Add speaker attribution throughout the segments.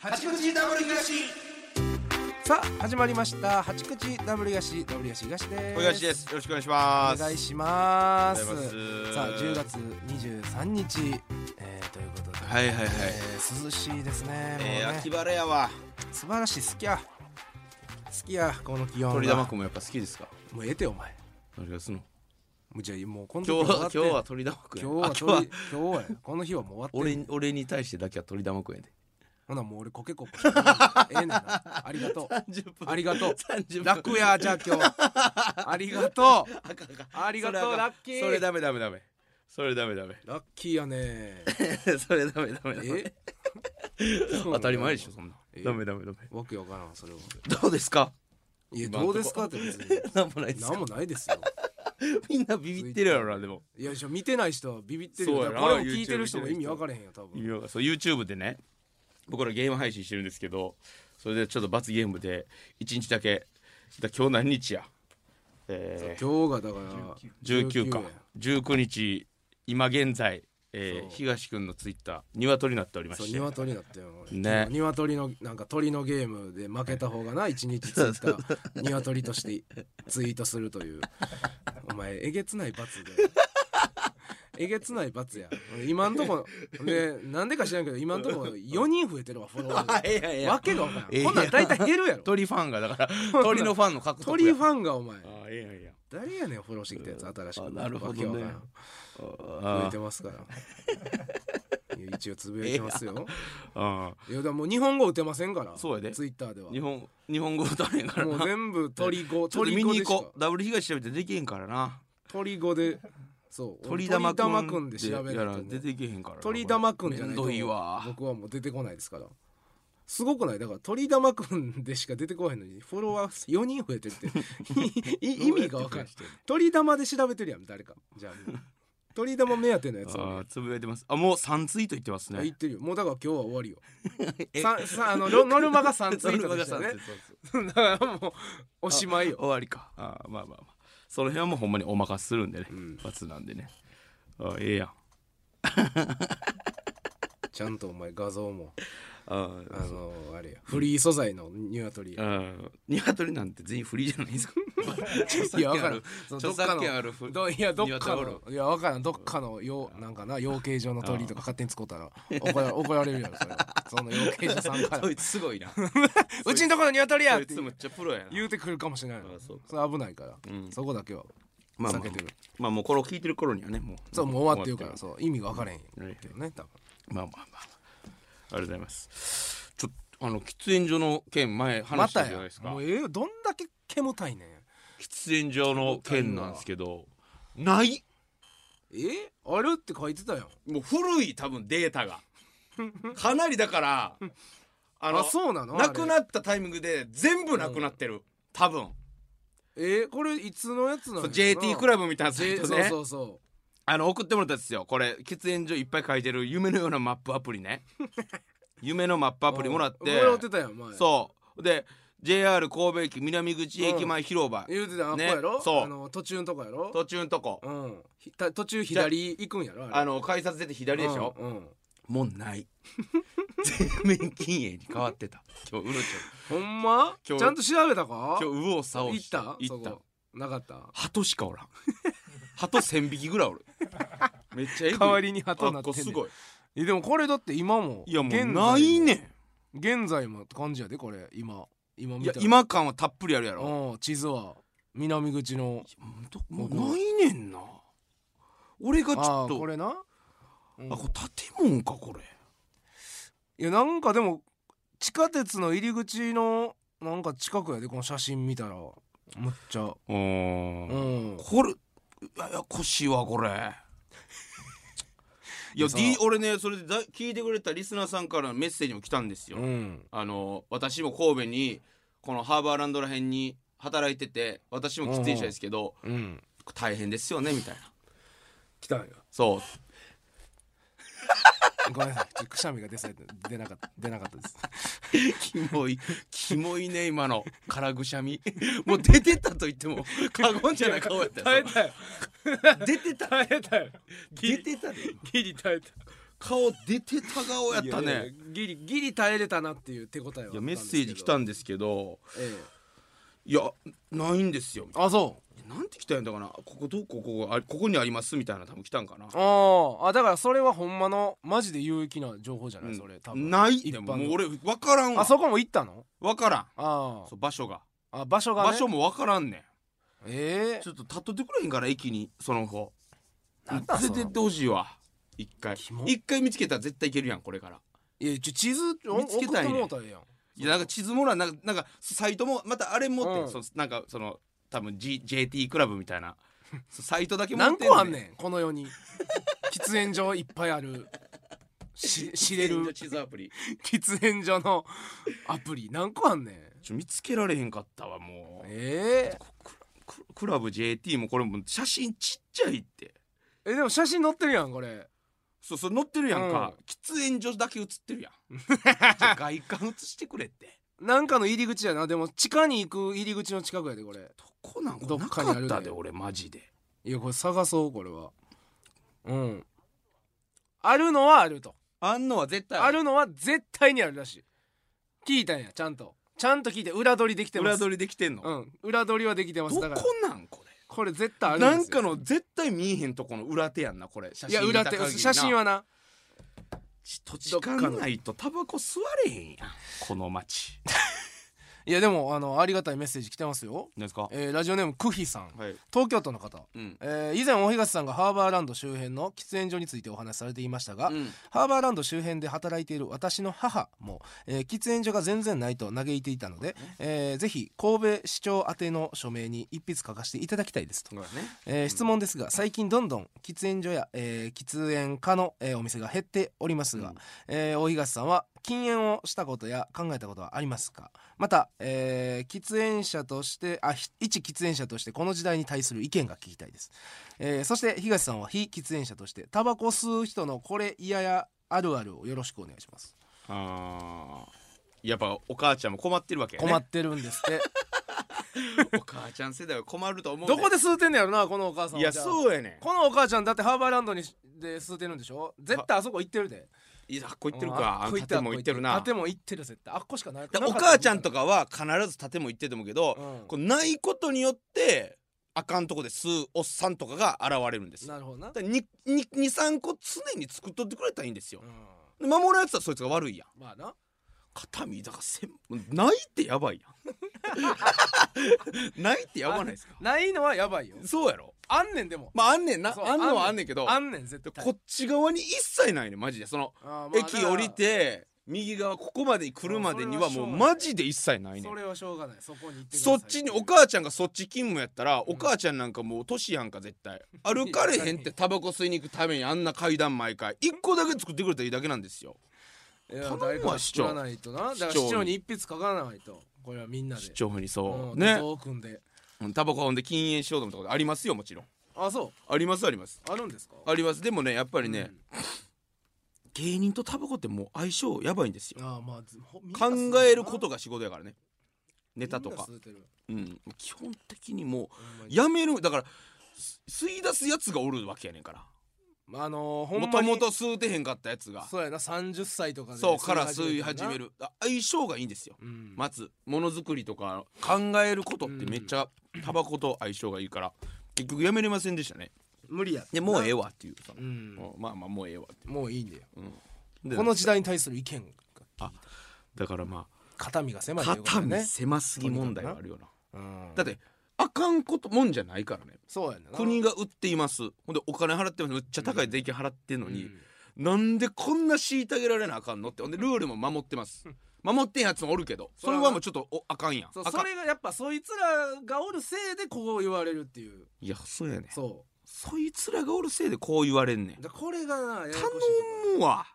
Speaker 1: 八口ダブル東
Speaker 2: さあ始まりました八口ダブル東ダブル東東です
Speaker 1: お東ですよろしくお願いします
Speaker 2: お願いします
Speaker 1: お願いします
Speaker 2: さあ10月23日、えー、ということで、
Speaker 1: はいはいはい
Speaker 2: えー涼しいですね
Speaker 1: え
Speaker 2: もう
Speaker 1: ー、
Speaker 2: ね
Speaker 1: 秋晴れやわ
Speaker 2: 素晴らしい好きや好きやこの気温が
Speaker 1: 鳥玉くんもやっぱ好きですか
Speaker 2: もうええてよお前
Speaker 1: 何がすの
Speaker 2: もうじゃあもうこの時
Speaker 1: 今日は今
Speaker 2: 終
Speaker 1: 日
Speaker 2: わ
Speaker 1: は
Speaker 2: って
Speaker 1: 鳥玉くんや
Speaker 2: 今日は
Speaker 1: あ
Speaker 2: 今日は今日はやこの日はもう終わってん
Speaker 1: 俺に俺に対してだけは鳥玉くんやで
Speaker 2: ほなもう俺コケコッコしてるええねんなありがとう
Speaker 1: 30分
Speaker 2: ありがとう
Speaker 1: 30分
Speaker 2: 楽やじゃあ今日 ありがとう
Speaker 1: あかんあかん
Speaker 2: ありがとう
Speaker 1: それあかん
Speaker 2: ラッキー
Speaker 1: それダメダメダメそれダメ ダメ
Speaker 2: ラッキーやね
Speaker 1: それダメダメダメ
Speaker 2: え
Speaker 1: 当たり前でしょそんな
Speaker 2: え
Speaker 1: ダメダメダメ
Speaker 2: わけわからんそれは
Speaker 1: どうですか
Speaker 2: いや
Speaker 1: 今ん
Speaker 2: ど
Speaker 1: とこ
Speaker 2: うですかって別に
Speaker 1: なんもないです
Speaker 2: 何もないですよ
Speaker 1: みんなビビってるやろなでも
Speaker 2: いやじゃあ見てない人はビビってるよ
Speaker 1: そう
Speaker 2: だ
Speaker 1: や
Speaker 2: か
Speaker 1: な
Speaker 2: らこれも聞いてる人も
Speaker 1: YouTube
Speaker 2: 意味わからへんよ多
Speaker 1: 意
Speaker 2: 分
Speaker 1: 味わかんそう YouTube でね僕らゲーム配信してるんですけどそれでちょっと罰ゲームで1日だけだ今日何日やえー
Speaker 2: 今日がだから
Speaker 1: 19か
Speaker 2: や
Speaker 1: 19日今現在、え
Speaker 2: そう
Speaker 1: ー、東くんのツイッター鶏になっておりま
Speaker 2: そう
Speaker 1: して
Speaker 2: 鶏だったよ俺
Speaker 1: ね
Speaker 2: 鶏のなんか鳥のゲームで負けた方がな一日ツイ ッター鶏としてツイートするというお前えげつない罰でえげつない罰や今んとこでなんでか知らんけど今んとこ4人増えてるわフォロワーが
Speaker 1: いやい
Speaker 2: わけがわからん
Speaker 1: いや
Speaker 2: こんなん大体減るや ろ
Speaker 1: 鳥ファンがだ から鳥のファンの獲得
Speaker 2: 鳥
Speaker 1: や
Speaker 2: ファンがお前
Speaker 1: あーいやいや
Speaker 2: 誰やねんフォローしてきたやつ新し
Speaker 1: あ
Speaker 2: く
Speaker 1: なるほどね
Speaker 2: わけわからん増え
Speaker 1: あ
Speaker 2: て
Speaker 1: ー
Speaker 2: ますから いや一応つぶやいてますよ
Speaker 1: あ
Speaker 2: いやでも日本語打てませんから
Speaker 1: そうやで
Speaker 2: ツイッターでは
Speaker 1: ー日本日本語歌われへんから
Speaker 2: もう
Speaker 1: な
Speaker 2: 全部鳥語
Speaker 1: ちょっと
Speaker 2: 鳥
Speaker 1: 見
Speaker 2: 語
Speaker 1: に
Speaker 2: でし
Speaker 1: 行
Speaker 2: か
Speaker 1: こうダブル東調べてできへんからな
Speaker 2: 鳥語でそう
Speaker 1: 鳥玉くん
Speaker 2: 鳥くんで調べ
Speaker 1: や
Speaker 2: る
Speaker 1: ら
Speaker 2: と
Speaker 1: 出てけへんからな
Speaker 2: 鳥玉くんじゃ
Speaker 1: め
Speaker 2: なんいと
Speaker 1: どいわ
Speaker 2: 僕はもう出てこないですからすごくないだから鳥玉くんでしか出てこへんのにフォロワー4人増えてるっていい意味が分からん鳥玉で調べてるやん誰かじゃあ鳥玉目当てのやつを
Speaker 1: あーつぶやいてますあもう3ツイートいってます
Speaker 2: あ言
Speaker 1: ね
Speaker 2: ってるよもうだから今日は終わ りよささあのノノルマが3ツイートでしたよね だからもうおしまいよ
Speaker 1: 終わりかあーまあまあまあその辺はもうほんまにお任せするんでね
Speaker 2: ん
Speaker 1: 罰なんでねあーええやん
Speaker 2: ちゃんとお前画像も
Speaker 1: あ
Speaker 2: あのあれやフリー素材のニワトリ
Speaker 1: ーニワトリなんて全員フリーじゃないですか
Speaker 2: いやわからんその
Speaker 1: 著作権あるフ
Speaker 2: どいやどっか
Speaker 1: 鶏おる
Speaker 2: のいやわからんどっかのようなんかな養鶏場の鳥とか勝手に使ったら怒 ら怒られるやろそれはその養鶏場さんから
Speaker 1: そいつすごいな
Speaker 2: うちんとこのニワトリや
Speaker 1: そ
Speaker 2: っ
Speaker 1: い
Speaker 2: て
Speaker 1: つめっちゃプロやな
Speaker 2: 言うてくるかもしれないの
Speaker 1: あそう
Speaker 2: それ危ないから
Speaker 1: うん
Speaker 2: そこだけは
Speaker 1: まあま
Speaker 2: 避
Speaker 1: あ
Speaker 2: けてる
Speaker 1: まあもうこれを聞いてる頃にはねもう
Speaker 2: そうもう終わってるから
Speaker 1: 終
Speaker 2: そう意味が分からへん
Speaker 1: はい
Speaker 2: けどね多分
Speaker 1: まあまあまあ。ありがとうございます。ちょっと、あの喫煙所の件、前
Speaker 2: ま
Speaker 1: 話した
Speaker 2: た
Speaker 1: じゃ
Speaker 2: や
Speaker 1: ないですか。
Speaker 2: もうええよどんだけ煙たいねん
Speaker 1: 喫煙所の件なんですけど。ない。
Speaker 2: えあるって書いてたやん
Speaker 1: もう古い、多分データが。かなりだから。あの、
Speaker 2: あそうなの
Speaker 1: なく
Speaker 2: あれ
Speaker 1: なったタイミングで、全部なくなってる。多分。
Speaker 2: えこれいつのやつなの
Speaker 1: そう JT ク
Speaker 2: らい
Speaker 1: ラブみたいなサイト
Speaker 2: そう
Speaker 1: ね
Speaker 2: そうそ
Speaker 1: あの送ってもらったんですよこれ喫煙所いっぱい書いてる夢のようなマップアプリ ね夢のマップ
Speaker 2: う
Speaker 1: アプリもらっ
Speaker 2: うん
Speaker 1: て
Speaker 2: もらってたやん前
Speaker 1: そうで JR 神戸駅南口駅前広場、
Speaker 2: 言うてたあっこ
Speaker 1: ね
Speaker 2: やろ
Speaker 1: そう
Speaker 2: あの途中のとこやろ
Speaker 1: 途中のとこ、
Speaker 2: うんひた途中左行くんやろ
Speaker 1: あ
Speaker 2: の
Speaker 1: の改札出て左でしょ、
Speaker 2: うんうん
Speaker 1: もうない 全面禁煙に変わってた今日うろち
Speaker 2: ほんまち
Speaker 1: 今日
Speaker 2: ゃんと調べたか
Speaker 1: ょ今日右往左往
Speaker 2: 行っ
Speaker 1: した
Speaker 2: た
Speaker 1: 行った
Speaker 2: そこなかった
Speaker 1: 鳩しかおらん鳩千匹ぐらい おるめっちゃえぐい
Speaker 2: 代わりに鳩にな
Speaker 1: あ
Speaker 2: っ
Speaker 1: こ
Speaker 2: てん
Speaker 1: れ
Speaker 2: ねん
Speaker 1: すごい
Speaker 2: えでもこれだって今も
Speaker 1: いやも
Speaker 2: 現在
Speaker 1: う
Speaker 2: も
Speaker 1: ないねん
Speaker 2: 現在もって感じやでこれ今今見
Speaker 1: いや
Speaker 2: たら
Speaker 1: 今感はたっぷりあるやろ
Speaker 2: うん地図は南口の
Speaker 1: どもうないねんな俺がちょ
Speaker 2: あ
Speaker 1: っ
Speaker 2: ー
Speaker 1: と
Speaker 2: これな、うん
Speaker 1: あこれ建物かこれ
Speaker 2: いやなんかでも地下鉄の入り口のなんか近くやでこの写真見たらむっちゃ
Speaker 1: うーん
Speaker 2: うん
Speaker 1: これややこしいわこれい
Speaker 2: いや
Speaker 1: や、
Speaker 2: さ
Speaker 1: D、俺ねそれでだ聞いてくれたリスナーさんからのメッセージも来たんですよ、
Speaker 2: うん
Speaker 1: あの私も神戸にこのハーバーランドら辺に働いてて私も喫煙者ですけど、
Speaker 2: うん
Speaker 1: 大変ですよねみたいな
Speaker 2: 来たんや
Speaker 1: そう
Speaker 2: ごめんなさいちょっとくしゃみが出されて出なかった出なかったです
Speaker 1: キモいキモいね今のからぐしゃみもう出てたと言っても過言じゃない顔やったよ
Speaker 2: たよ
Speaker 1: 出てた
Speaker 2: 耐えたよ
Speaker 1: 出てたで
Speaker 2: ギリ耐えた
Speaker 1: 顔出てた顔やった
Speaker 2: いやいや
Speaker 1: ね
Speaker 2: ギリギリ耐えれたなっていう手応えはい
Speaker 1: やメッセージ来たんですけど
Speaker 2: ええ
Speaker 1: いやないんですよみたい
Speaker 2: あそう
Speaker 1: ななんて来たんだかなここどこここあここにありますみたいな多分来たんかな
Speaker 2: ああだからそれはほんまのマジで有益な情報じゃない、それ多分
Speaker 1: ない
Speaker 2: 一
Speaker 1: で
Speaker 2: 般
Speaker 1: も
Speaker 2: の
Speaker 1: もう俺分からんわ
Speaker 2: あそこも行ったの
Speaker 1: 分からん
Speaker 2: あ
Speaker 1: そう場所が
Speaker 2: ああ場所が、ね、
Speaker 1: 場所も分からんね
Speaker 2: え
Speaker 1: んちょっと立っとってくれへんから駅にその子
Speaker 2: えなんだ
Speaker 1: 連
Speaker 2: そ
Speaker 1: れてっ
Speaker 2: の
Speaker 1: てほしいわ一回
Speaker 2: キモ
Speaker 1: 一回見つけたら絶対いけるやんこれから
Speaker 2: いやちょ地図
Speaker 1: 見つけたいね
Speaker 2: 送ってもうたらええやん
Speaker 1: いやなんか地図もらうなんかなんかサイトもまたあれ持って、
Speaker 2: うん
Speaker 1: そのなんかその多分、G、JT クラブみ たいなそうサイトだけ持っ
Speaker 2: 何
Speaker 1: てん
Speaker 2: 個あんねんこの世に喫煙所いっぱいあるし知れる
Speaker 1: 地図アプリ
Speaker 2: 喫煙所のアプリ何個あんねん
Speaker 1: ちょ見つけられへんかったわもう
Speaker 2: ええ
Speaker 1: こクラクラブ JT もこれも写真ちっちゃいって
Speaker 2: えでも写真載ってるやんこれ
Speaker 1: そうそう載ってるやんか、喫煙所だけ写ってるやん じゃあ外観写してくれって
Speaker 2: なんかの入り口やなでも地下に行く入り口の近くやでこれ
Speaker 1: どこなんこ
Speaker 2: ど
Speaker 1: れ
Speaker 2: っ
Speaker 1: な
Speaker 2: かに
Speaker 1: か
Speaker 2: あるで
Speaker 1: ったで俺マジで
Speaker 2: いやこれ探そうこれはうんあるのはあると
Speaker 1: あんのは絶対
Speaker 2: あるのは絶対にあるらしい聞いたんやちゃんとちゃんと聞いて裏取りできてます
Speaker 1: 裏取りできてんの、
Speaker 2: うん裏取りはできてます
Speaker 1: ど
Speaker 2: だ
Speaker 1: こ
Speaker 2: から
Speaker 1: なんこれ
Speaker 2: これ絶対あるんですよ
Speaker 1: なんかの絶対見えへんとこの裏手やんなこれ写
Speaker 2: いや裏手写真はな
Speaker 1: 土地勘ないとタバコ吸われへんやんこの町
Speaker 2: いやでもあのありがたいメッセージ来てますよ、
Speaker 1: 何で すか
Speaker 2: えーラジオネームクヒさん
Speaker 1: はい
Speaker 2: 東京都の方、
Speaker 1: うん
Speaker 2: えー以前大東さんがハーバーランド周辺の喫煙所についてお話しされていましたが、
Speaker 1: うん
Speaker 2: ハーバーランド周辺で働いている私の母も、えー喫煙所が全然ないと嘆いていたので、えーぜひ神戸市長宛ての署名に一筆書かせていただきたいですと、
Speaker 1: そうだね
Speaker 2: えー質問ですが最近どんどん喫煙所や、えー喫煙家の、えーお店が減っておりますが、
Speaker 1: うん
Speaker 2: えー大東さんは禁煙をしたことや考えたことはありますかまた、えー喫煙者としてあひ一喫煙者としてこの時代に対する意見が聞きたいです、えーそして東さんは非喫煙者としてタバコ吸う人のこれ嫌やあるあるをよろしくお願いします
Speaker 1: あーやっぱお母ちゃんも困ってるわけやね
Speaker 2: 困ってるんです って
Speaker 1: お母ちゃん世代は困ると思うね
Speaker 2: どこで吸うてんのやろなこのお母さんはい
Speaker 1: や
Speaker 2: じゃあ
Speaker 1: そうやね
Speaker 2: このお母ちゃんだってハーバーランドにしで吸うてるんでしょ絶対あそこ行ってるで
Speaker 1: んいやあっこ行ってる
Speaker 2: うん
Speaker 1: かあの建物行ってるな
Speaker 2: 建物行ってる絶対あっこしかない
Speaker 1: だからお母ちゃんと
Speaker 2: か
Speaker 1: かは必ず建物行っててもけ
Speaker 2: う
Speaker 1: ど
Speaker 2: ん
Speaker 1: こうないことによってあかんとこで吸うおっさんとかが現れるんですよ
Speaker 2: なるほどな、
Speaker 1: 23個常に作っとってくれたらいいんですよ
Speaker 2: うん、
Speaker 1: で守るやつはそいつが悪いやん
Speaker 2: まあな
Speaker 1: 肩身だからせんないってやばいやん ないってやばないですか
Speaker 2: ないのはやばいよ
Speaker 1: そうやろ
Speaker 2: あんねんでも
Speaker 1: まああんねんな
Speaker 2: そう
Speaker 1: あんのはあんねんけど
Speaker 2: あんねん絶対
Speaker 1: こっち側に一切ないねんマジでその、
Speaker 2: あーまあ
Speaker 1: 駅降りて右側ここまで来るまでには
Speaker 2: うんそれ
Speaker 1: も
Speaker 2: は
Speaker 1: う
Speaker 2: しょうがない
Speaker 1: マジで一切ないね
Speaker 2: そ
Speaker 1: ん
Speaker 2: れはしょうがないそこに行ってください
Speaker 1: そっちにお母ちゃんがそっち勤務やったら、お母ちゃんなんかもう年やんか絶対歩かれへんってタバコ吸いに行くためにあんな階段毎回一個だけ作ってくれたらいいだけなんですよ
Speaker 2: いや
Speaker 1: 頼むわ
Speaker 2: 誰かが
Speaker 1: 市長
Speaker 2: 作らないとなだから
Speaker 1: 市長に
Speaker 2: 市長に一筆書かないとこれはみんなで
Speaker 1: 市長にそう、
Speaker 2: うん
Speaker 1: ね
Speaker 2: 手相を組んで
Speaker 1: うんタバコはほんで禁煙しようと思ったことありますよもちろん
Speaker 2: あそ
Speaker 1: ありますあります
Speaker 2: うあるんですか
Speaker 1: ありますでもねやっぱりね、
Speaker 2: うん
Speaker 1: 芸人とタバコってもう相性やばいんですよ
Speaker 2: あーまあずほみんな
Speaker 1: 考
Speaker 2: 吸う
Speaker 1: えること
Speaker 2: な
Speaker 1: が仕事やからねネタとか
Speaker 2: みんな吸うてる
Speaker 1: うん基本的にも
Speaker 2: ほんま
Speaker 1: う
Speaker 2: に
Speaker 1: やめるだからす吸い出すやつがおるわけやねんから
Speaker 2: まああのー、ほんま
Speaker 1: も
Speaker 2: に
Speaker 1: ともと吸うてへんかったやつが
Speaker 2: そうやな30歳とかで
Speaker 1: そうから吸い始め
Speaker 2: る
Speaker 1: るあ相性がいいんですよ
Speaker 2: な、うん
Speaker 1: まずものづくりとか考えることってめっちゃタバコと相性がいいから結局やめれませんでしたね
Speaker 2: 無理や
Speaker 1: でもうええわっていうその
Speaker 2: うん
Speaker 1: うんまあまあもうええわって
Speaker 2: もういいんだよ
Speaker 1: で
Speaker 2: この時代に対する意見が聞いた
Speaker 1: だからま
Speaker 2: 肩身が
Speaker 1: あ
Speaker 2: 狭いということ
Speaker 1: 肩
Speaker 2: だ
Speaker 1: 身
Speaker 2: ね、
Speaker 1: 狭すぎ問題はあるよな
Speaker 2: うん、
Speaker 1: だってあかんこともんじゃないからね
Speaker 2: そうやんな
Speaker 1: 国が売っていますほんでお金払ってますむっちゃ高い税金払ってんの
Speaker 2: う
Speaker 1: に、
Speaker 2: ん
Speaker 1: なんでこんな虐げられなあかんのってほんでルールも守ってます守ってんやつもおるけどそれはもうちょっとおあかんやん
Speaker 2: そう
Speaker 1: あ
Speaker 2: そ
Speaker 1: かん
Speaker 2: れがやっぱそいつらがおるせいでこう言われるっていう
Speaker 1: いやそうやねん
Speaker 2: そ
Speaker 1: そいつらがおるせいでこう言われんねん
Speaker 2: うだこれがなややこしいと
Speaker 1: 頼
Speaker 2: こ
Speaker 1: むわ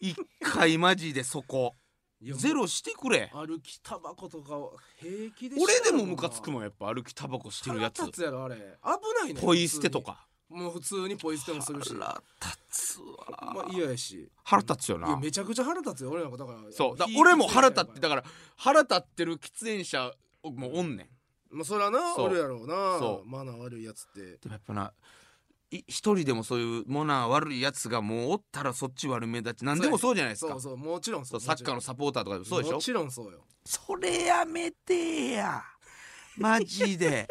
Speaker 1: 一回マジでそこ
Speaker 2: いや
Speaker 1: ゼロしてくれ
Speaker 2: 歩きタバコとかを平気で
Speaker 1: 俺でもムカつく
Speaker 2: ん
Speaker 1: もんやっぱ歩きタバコしてる
Speaker 2: 腹
Speaker 1: やつ
Speaker 2: 立つやろあれ危ないね
Speaker 1: ポイ捨てとか
Speaker 2: 普通にもう普通にポイ捨てもするし
Speaker 1: 腹立つわ、
Speaker 2: まあ嫌やし
Speaker 1: 腹立つよ
Speaker 2: いや
Speaker 1: な
Speaker 2: めちゃくちゃ腹立つよ俺なんかだから
Speaker 1: そうだ
Speaker 2: 火
Speaker 1: 俺も腹立っ
Speaker 2: つ
Speaker 1: て
Speaker 2: け
Speaker 1: だ
Speaker 2: たら
Speaker 1: から腹立ってる喫煙者もおんねん
Speaker 2: まあそらな
Speaker 1: そう
Speaker 2: おるやろうな
Speaker 1: そう
Speaker 2: マナー悪いやつって
Speaker 1: でもやっぱない一人でもそういうもな悪いやつがもうおったらそっち悪目立ち何でもそうじゃないですか
Speaker 2: そうそうもちろんそう
Speaker 1: そうサッカーのサポーターとかでもそうでしょ
Speaker 2: もちろんそうよ
Speaker 1: それやめてやマ ジで